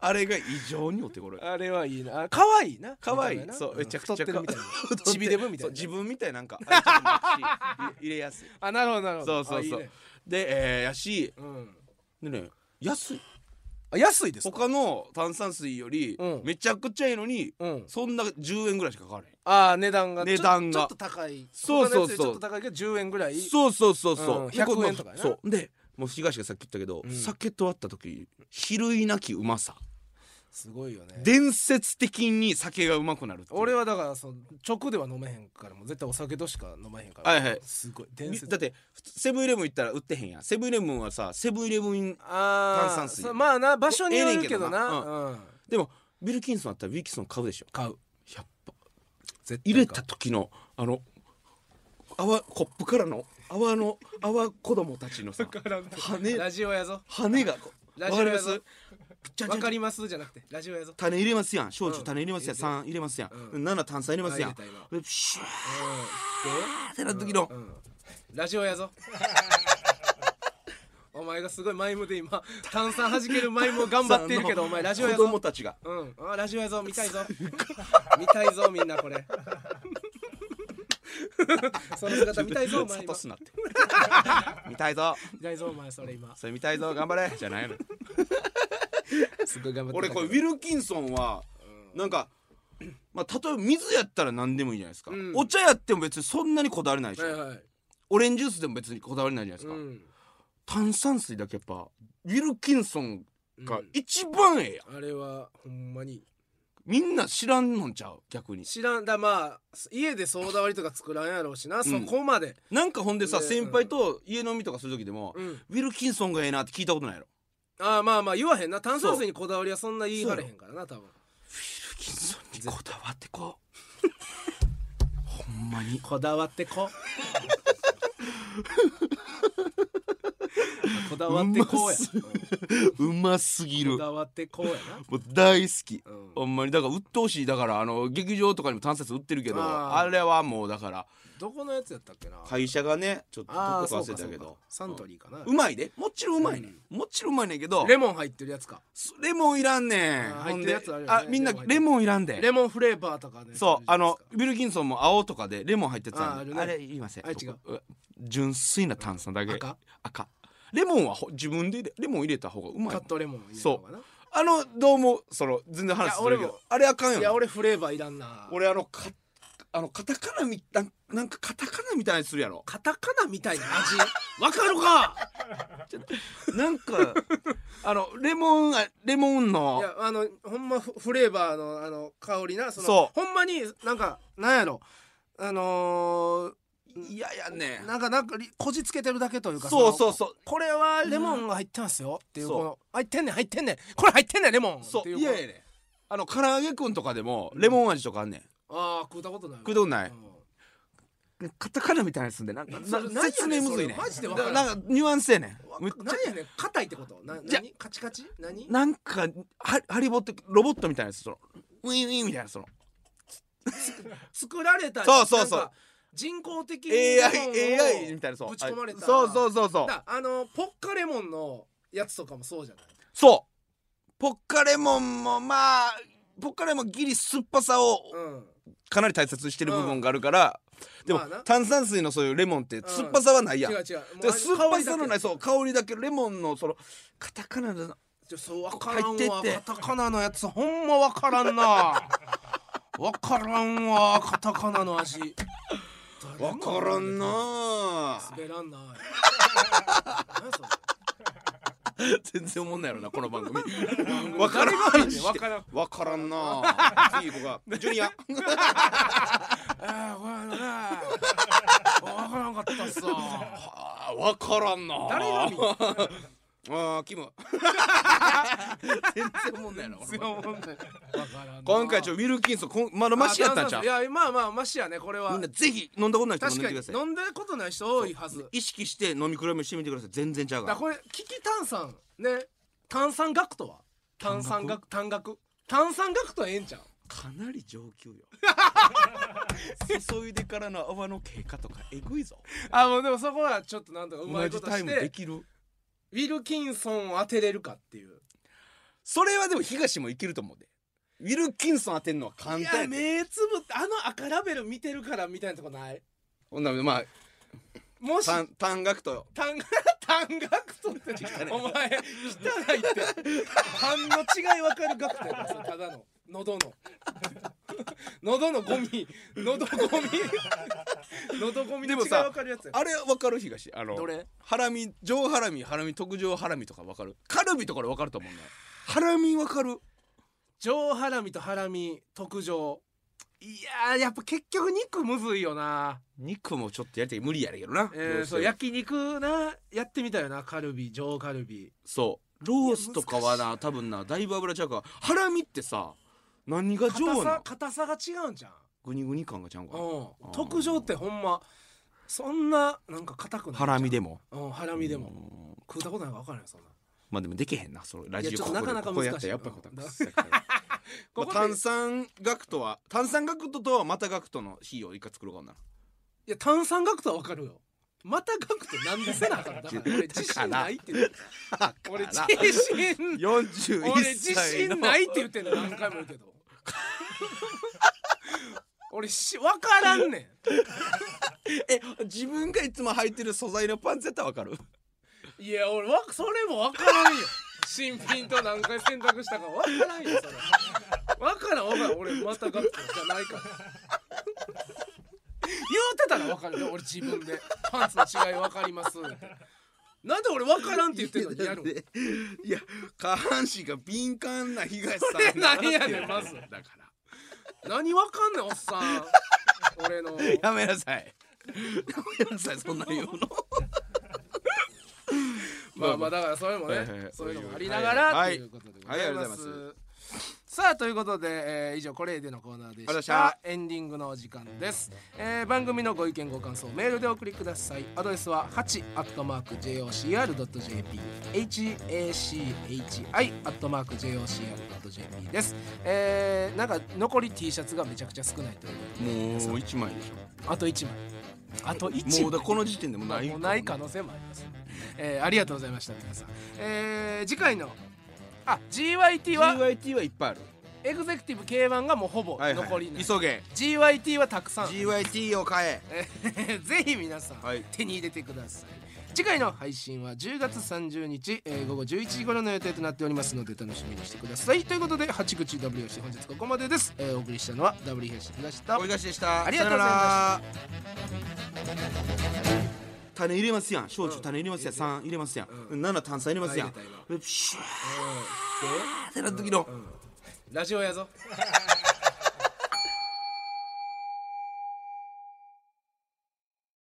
Speaker 1: あれが異常にお手頃や
Speaker 2: あれはいいなあ可愛いな
Speaker 1: 可愛い
Speaker 2: 見た目な
Speaker 1: そうめちゃくちゃ
Speaker 2: 太ってるみたいなちびデブみたい
Speaker 1: そう
Speaker 2: な
Speaker 1: 自分みたいなんか愛着もあるし入れやすい
Speaker 2: あなるほどなるほ
Speaker 1: そう
Speaker 2: ど
Speaker 1: そうそう
Speaker 2: あいいね
Speaker 1: で、えーやし
Speaker 2: うん
Speaker 1: でね安い
Speaker 2: あ安いですか
Speaker 1: 他の炭酸水より
Speaker 2: うん
Speaker 1: めちゃくちゃいいのに
Speaker 2: うん
Speaker 1: そんな10円ぐらいしかかかれへ
Speaker 2: ああ値段が
Speaker 1: 値段が
Speaker 2: ちょちょっと高い
Speaker 1: そうそう
Speaker 2: 他
Speaker 1: そう
Speaker 2: のやつよりちょっと高いけど10円ぐらい
Speaker 1: んそうそうそうそううんでこ
Speaker 2: 100
Speaker 1: れ
Speaker 2: 円とかやな
Speaker 1: そうでもう東がさっき言ったけど、
Speaker 2: うん
Speaker 1: 酒と会った時比類なきうまさ
Speaker 2: すごいよね
Speaker 1: 伝説的に酒がうまくなるっていう
Speaker 2: 俺はだからその直では飲めへんからもう絶対お酒としか飲まへんから
Speaker 1: はいはい
Speaker 2: すごい伝
Speaker 1: み
Speaker 2: 説
Speaker 1: だって普通セブンイレブン行ったら売ってへんやんセブンイレブンはさセブンイレブン
Speaker 2: あー
Speaker 1: 炭酸水
Speaker 2: そうまあな場所によるけど
Speaker 1: ええね
Speaker 2: な、
Speaker 1: んけ
Speaker 2: うん
Speaker 1: でもビルキンソンあったらウィルキンソン買うでしょ
Speaker 2: 買う
Speaker 1: やっぱ
Speaker 2: 絶対
Speaker 1: 入れた時のあの泡コップからの泡の泡子供たちのさ
Speaker 2: 買う
Speaker 1: 羽
Speaker 2: ラジオやぞ
Speaker 1: 羽がこう
Speaker 2: ラ
Speaker 1: わ
Speaker 2: ジ
Speaker 1: か
Speaker 2: オ
Speaker 1: りま
Speaker 2: やぞ
Speaker 1: すじゃじゃ
Speaker 2: わ
Speaker 1: じゃ
Speaker 2: かりますじゃなくてラジオやぞ、
Speaker 1: 種入れますやん焼
Speaker 2: う
Speaker 1: 酎
Speaker 2: ん
Speaker 1: 種入れますやん
Speaker 2: 入れ
Speaker 1: 3入れますや
Speaker 2: うん
Speaker 1: 7炭酸入れますやん
Speaker 2: あ入れた今
Speaker 1: でプシュー
Speaker 2: う
Speaker 1: ってなった時の
Speaker 2: んで、うん、ラジオやぞ お前がすごいマイムで今炭酸弾けるマイムを頑張っているけ どお前ラジオや
Speaker 1: 子
Speaker 2: ぞ
Speaker 1: 供たちが
Speaker 2: うん、あラジオやぞ見たいぞ見たいぞみんなこ れその姿見たいぞお前
Speaker 1: 諭
Speaker 2: 今
Speaker 1: すなって見たいぞ
Speaker 2: 見たいぞお前それ今
Speaker 1: それ見たいぞ頑張れじゃないの
Speaker 2: すごい頑張って
Speaker 1: 俺これウィルキンソンはなんか、 まあ、例えば水やったら何でもいいじゃないですか、
Speaker 2: うん
Speaker 1: お茶やっても別にそんなにこだわりないでしょ、
Speaker 2: はいはい
Speaker 1: オレンジジュースでも別にこだわりないじゃないです
Speaker 2: う
Speaker 1: か、
Speaker 2: ん
Speaker 1: 炭酸水だけやっぱウィルキンソンが
Speaker 2: うん
Speaker 1: 一番ええやん、
Speaker 2: あれはほんまに
Speaker 1: みんな知らんのんちゃう逆に
Speaker 2: 知らんだまあ家でソーダ割りとか作らんやろうしな、そこまで
Speaker 1: なんかほんでさ、
Speaker 2: ね
Speaker 1: 先輩と家飲みとかする時でも、
Speaker 2: うん
Speaker 1: ウィルキンソンがええなって聞いたことないやろ
Speaker 2: ああまあまあ言わへんな炭酸水にこだわりはそんな言い張れへんからな多分
Speaker 1: ウィルキンソンにこだわってこうほんまに
Speaker 2: こだわって ここだわってこうや
Speaker 1: ううますぎ
Speaker 2: うんこ
Speaker 1: るも
Speaker 2: だわってこうやな
Speaker 1: う大好き
Speaker 2: うん
Speaker 1: ほんまにだから鬱陶しいだからあの劇場とかにも炭酸水売ってるけど
Speaker 2: あー
Speaker 1: あれはもうだから
Speaker 2: どこのやつやったっけな
Speaker 1: 会社がねちょっとどこ
Speaker 2: あ
Speaker 1: か
Speaker 2: あそう
Speaker 1: 忘れ
Speaker 2: かそ
Speaker 1: た
Speaker 2: う
Speaker 1: け
Speaker 2: か
Speaker 1: ど
Speaker 2: サントリーかな
Speaker 1: うまいでもちろんうまいねんもちろんうまいねんけど
Speaker 2: レモン入ってるやつか
Speaker 1: そレモンいらんねん
Speaker 2: あー
Speaker 1: ほん
Speaker 2: 入
Speaker 1: で
Speaker 2: ってるやつあるよね
Speaker 1: あみんな
Speaker 2: レモン入ってる
Speaker 1: レモンいらんで
Speaker 2: レモンフレーバーとかね
Speaker 1: そうあの
Speaker 2: る
Speaker 1: ウィルキンソンも青とかでレモン入ってた
Speaker 2: あーあ
Speaker 1: あ,、
Speaker 2: るね
Speaker 1: あれ言いません
Speaker 2: あれ違う
Speaker 1: 純粋な炭酸だ
Speaker 2: じ
Speaker 1: け
Speaker 2: ゃないですか
Speaker 1: 赤レモンはほ自分で入れレモン入れた方がうま
Speaker 2: 赤
Speaker 1: い
Speaker 2: カットレモン入れたのかな
Speaker 1: あのどうもその全然話する
Speaker 2: い
Speaker 1: け
Speaker 2: や俺
Speaker 1: どあれあかん
Speaker 2: い
Speaker 1: よね
Speaker 2: や俺フレーバーいらんな
Speaker 1: 俺あのかあのカタカナみなんなんかカタカナみたいにするやろ
Speaker 2: カタカナみたいな味わかる か
Speaker 1: なんかあのレモンあレモン
Speaker 2: い
Speaker 1: の
Speaker 2: やあのほんまフフレーバーのあの香りなその
Speaker 1: そう
Speaker 2: ほんまになんかなんやろあの
Speaker 1: いやいやね
Speaker 2: ー、なんかなんかりこじつけてるだけというか
Speaker 1: そうそう
Speaker 2: う
Speaker 1: そう
Speaker 2: これはレモンが入ってますよっていう
Speaker 1: そう
Speaker 2: この入ってんねん入ってんねんこれ入ってんねんレモン
Speaker 1: そ
Speaker 2: っ
Speaker 1: う
Speaker 2: ていう
Speaker 1: いやいやねあの唐揚げくんとかでもレモン味とかあんねん
Speaker 2: ああ食うたことない
Speaker 1: 食うたことない
Speaker 2: ん
Speaker 1: カタカナみたいなやつでなんか
Speaker 2: それ
Speaker 1: な説明むずい
Speaker 2: 何やねんそれ
Speaker 1: ね
Speaker 2: マジでわ
Speaker 1: だ
Speaker 2: から
Speaker 1: か
Speaker 2: ん
Speaker 1: らなんかニュアンスやね
Speaker 2: わ
Speaker 1: んめっちゃ
Speaker 2: 何やねん硬いってことな
Speaker 1: じゃ
Speaker 2: 何カチカチ何
Speaker 1: なんかハリハリボってロボットみたいなやつそのウィンウィンみたいなその
Speaker 2: 作られた
Speaker 1: そうそうそう
Speaker 2: なんか人工的にレモンを
Speaker 1: AI, AI みたいなそう
Speaker 2: ぶち込まれた
Speaker 1: そうそうそうそう
Speaker 2: だあのポッカレモンのやつとかもそうじゃない
Speaker 1: そうポッカレモンもまあポッカレモンギリ酸っぱさを
Speaker 2: うん
Speaker 1: かなり大切にしてる部分があるから、でも、
Speaker 2: まあな
Speaker 1: 炭酸水のそういうレモンって
Speaker 2: ん
Speaker 1: 酸っぱさはないやん、
Speaker 2: 違う違
Speaker 1: で
Speaker 2: う
Speaker 1: 酸っぱさのないそう
Speaker 2: か
Speaker 1: 香りだけレモンのそのカタカナの
Speaker 2: そうわからんわ
Speaker 1: 入ってって
Speaker 2: カタカナのやつほんまわから んなわからんわカタカナの味
Speaker 1: わからんなあ
Speaker 2: 滑らんな何それ
Speaker 1: 全然おもんないやろなこの番組
Speaker 2: 組
Speaker 1: わからん話し
Speaker 2: わ
Speaker 1: て
Speaker 2: からん
Speaker 1: わからんなあ次行こうかジュニア
Speaker 2: あーわからんねわからんかったっすわ
Speaker 1: あーわからんなあ
Speaker 2: 誰が見た
Speaker 1: あー キム全然おもんないやろこの番組今回ちょっ
Speaker 2: っ
Speaker 1: とウィルキンソンこんまだマシやったんちゃう
Speaker 2: いやまあまあマシやねこれ
Speaker 1: み
Speaker 2: は
Speaker 1: んなぜひ飲んだことない人飲ん
Speaker 2: 確
Speaker 1: で
Speaker 2: か
Speaker 1: み
Speaker 2: に
Speaker 1: てください
Speaker 2: 飲んだことない人多いはずだか
Speaker 1: 意識して飲み比べしてみてください全然ちゃうからら
Speaker 2: これ危機炭酸ね炭酸学とは炭酸学炭学炭酸学とはええんちゃう
Speaker 1: かなり上級よ 注いでからの泡の経過とかえぐいぞ
Speaker 2: あもうでもそこはちょっとなんとかうま
Speaker 1: 同
Speaker 2: いこ
Speaker 1: じ
Speaker 2: と
Speaker 1: タイ
Speaker 2: し
Speaker 1: ムで
Speaker 2: て
Speaker 1: きる
Speaker 2: ウィルキンソンを当てれるかっていう
Speaker 1: それはでも東もいけると思うでウィルキンソン当てんのはい簡
Speaker 2: や
Speaker 1: 単やで
Speaker 2: 目つぶってあの赤ラベル見てるからみたいなとこない
Speaker 1: ほんならまあ
Speaker 2: もし
Speaker 1: 単単額と
Speaker 2: 単 単学とってお前汚いって単の違い分かる学徒やからそれただの喉の 喉のゴミ喉 ゴミ喉ゴミ
Speaker 1: で
Speaker 2: の
Speaker 1: も
Speaker 2: 違い
Speaker 1: さ
Speaker 2: 分かるやつや
Speaker 1: あれわかる東あの
Speaker 2: どれ
Speaker 1: ハラミ上ハラミハラミ特上ハラミとかわかるカルビとかでわかると思うんだよハラミわかる
Speaker 2: 上ハラミとハラミ特上いやーやっぱ結局肉むずいよな、
Speaker 1: 肉もちょっとやりたい無理やねんけどな、
Speaker 2: え
Speaker 1: ど
Speaker 2: ー、
Speaker 1: して
Speaker 2: そ
Speaker 1: も
Speaker 2: う焼肉なやってみたよなカルビ上カルビ
Speaker 1: そうロースとかはな多分なだいぶ油ちゃうからハラミってさ何が上
Speaker 2: 硬
Speaker 1: な
Speaker 2: さ
Speaker 1: の
Speaker 2: 硬さが違うんじゃん
Speaker 1: グニグニ感がちゃうんかな
Speaker 2: うん特上ってほんまそんななんか硬くない
Speaker 1: ハラミ
Speaker 2: で
Speaker 1: でも
Speaker 2: うんハラミでも
Speaker 1: うん
Speaker 2: 食うたことないから分からないそんな
Speaker 1: まあでもできへんなそのラジオ
Speaker 2: いやちょっと
Speaker 1: ここで
Speaker 2: なかなか
Speaker 1: ここや
Speaker 2: 難しい
Speaker 1: ったらやっぱ
Speaker 2: うん
Speaker 1: りここやったらま
Speaker 2: こ
Speaker 1: あ
Speaker 2: こで
Speaker 1: 炭酸学徒は炭酸学徒とはまた学徒の費用いか作ろうか ない
Speaker 2: や炭酸学徒は分かるよまた学徒なんでせなあかんだから俺自信ないって言ってた俺自信
Speaker 1: 41
Speaker 2: 俺自
Speaker 1: 歳の
Speaker 2: 信ない って言ってんの何回も言うけど 俺し分からんねん
Speaker 1: え自分がいつも履いてる素材のパンツやったらわかる
Speaker 2: いや俺わそれも分からんよ 新品と何回選択したか分からんよそれ分からん分からん俺また学徒じゃないから言うてたら分かるよ俺自分でパンツの違い分かりますってなんで俺分からんって言ってるのにやるん
Speaker 1: いや下半身が敏感な東さん
Speaker 2: それ なんやねんまず
Speaker 1: だから
Speaker 2: 何分かんねんおっさん俺の
Speaker 1: やめなさいやめなさいそんな言うの
Speaker 2: まあまあだからそれもね、
Speaker 1: はいはいはい
Speaker 2: そういうのもありながら、
Speaker 1: はい
Speaker 2: ということでございます,、
Speaker 1: はいありがとうござい
Speaker 2: さあということで、えー以上「これで」のコーナーで
Speaker 1: ありがとうご
Speaker 2: し
Speaker 1: ざいました
Speaker 2: エンディングのお時間です、えー番組のご意見ご感想メールでお送りくださいアドレスは8 JOCR.jp hachi アットマーク JOCR.jp です、えーなんか残り T シャツがめちゃくちゃ少ないという
Speaker 1: もう一枚でし
Speaker 2: あと1枚あと1枚
Speaker 1: ょもうだこの時点でもうない
Speaker 2: もうない可能性もあります、えーありがとうございました皆さん、えー次回のあ GYT は
Speaker 1: GYT はいっぱいある
Speaker 2: エグゼクティブ K1 がもうほぼ
Speaker 1: はいはい
Speaker 2: 残りない、
Speaker 1: 急げ
Speaker 2: GYT はたくさん
Speaker 1: GYT を買え
Speaker 2: えー ぜひ皆さん、
Speaker 1: はい
Speaker 2: 手に入れてください次回の配信は10月30日、えー午後11時頃の予定となっておりますので楽しみにしてくださいということで八口 W し本日ここまでです、えーお送りしたのは W 東東と
Speaker 1: おいがしでした
Speaker 2: ありがとうござい
Speaker 1: さ
Speaker 2: ま
Speaker 1: よなら種入れますやん焼酎種入れますやん3入れますやん7炭酸入れますやん
Speaker 2: あ入れた
Speaker 1: でプシューってなった時の
Speaker 2: ラジオやぞ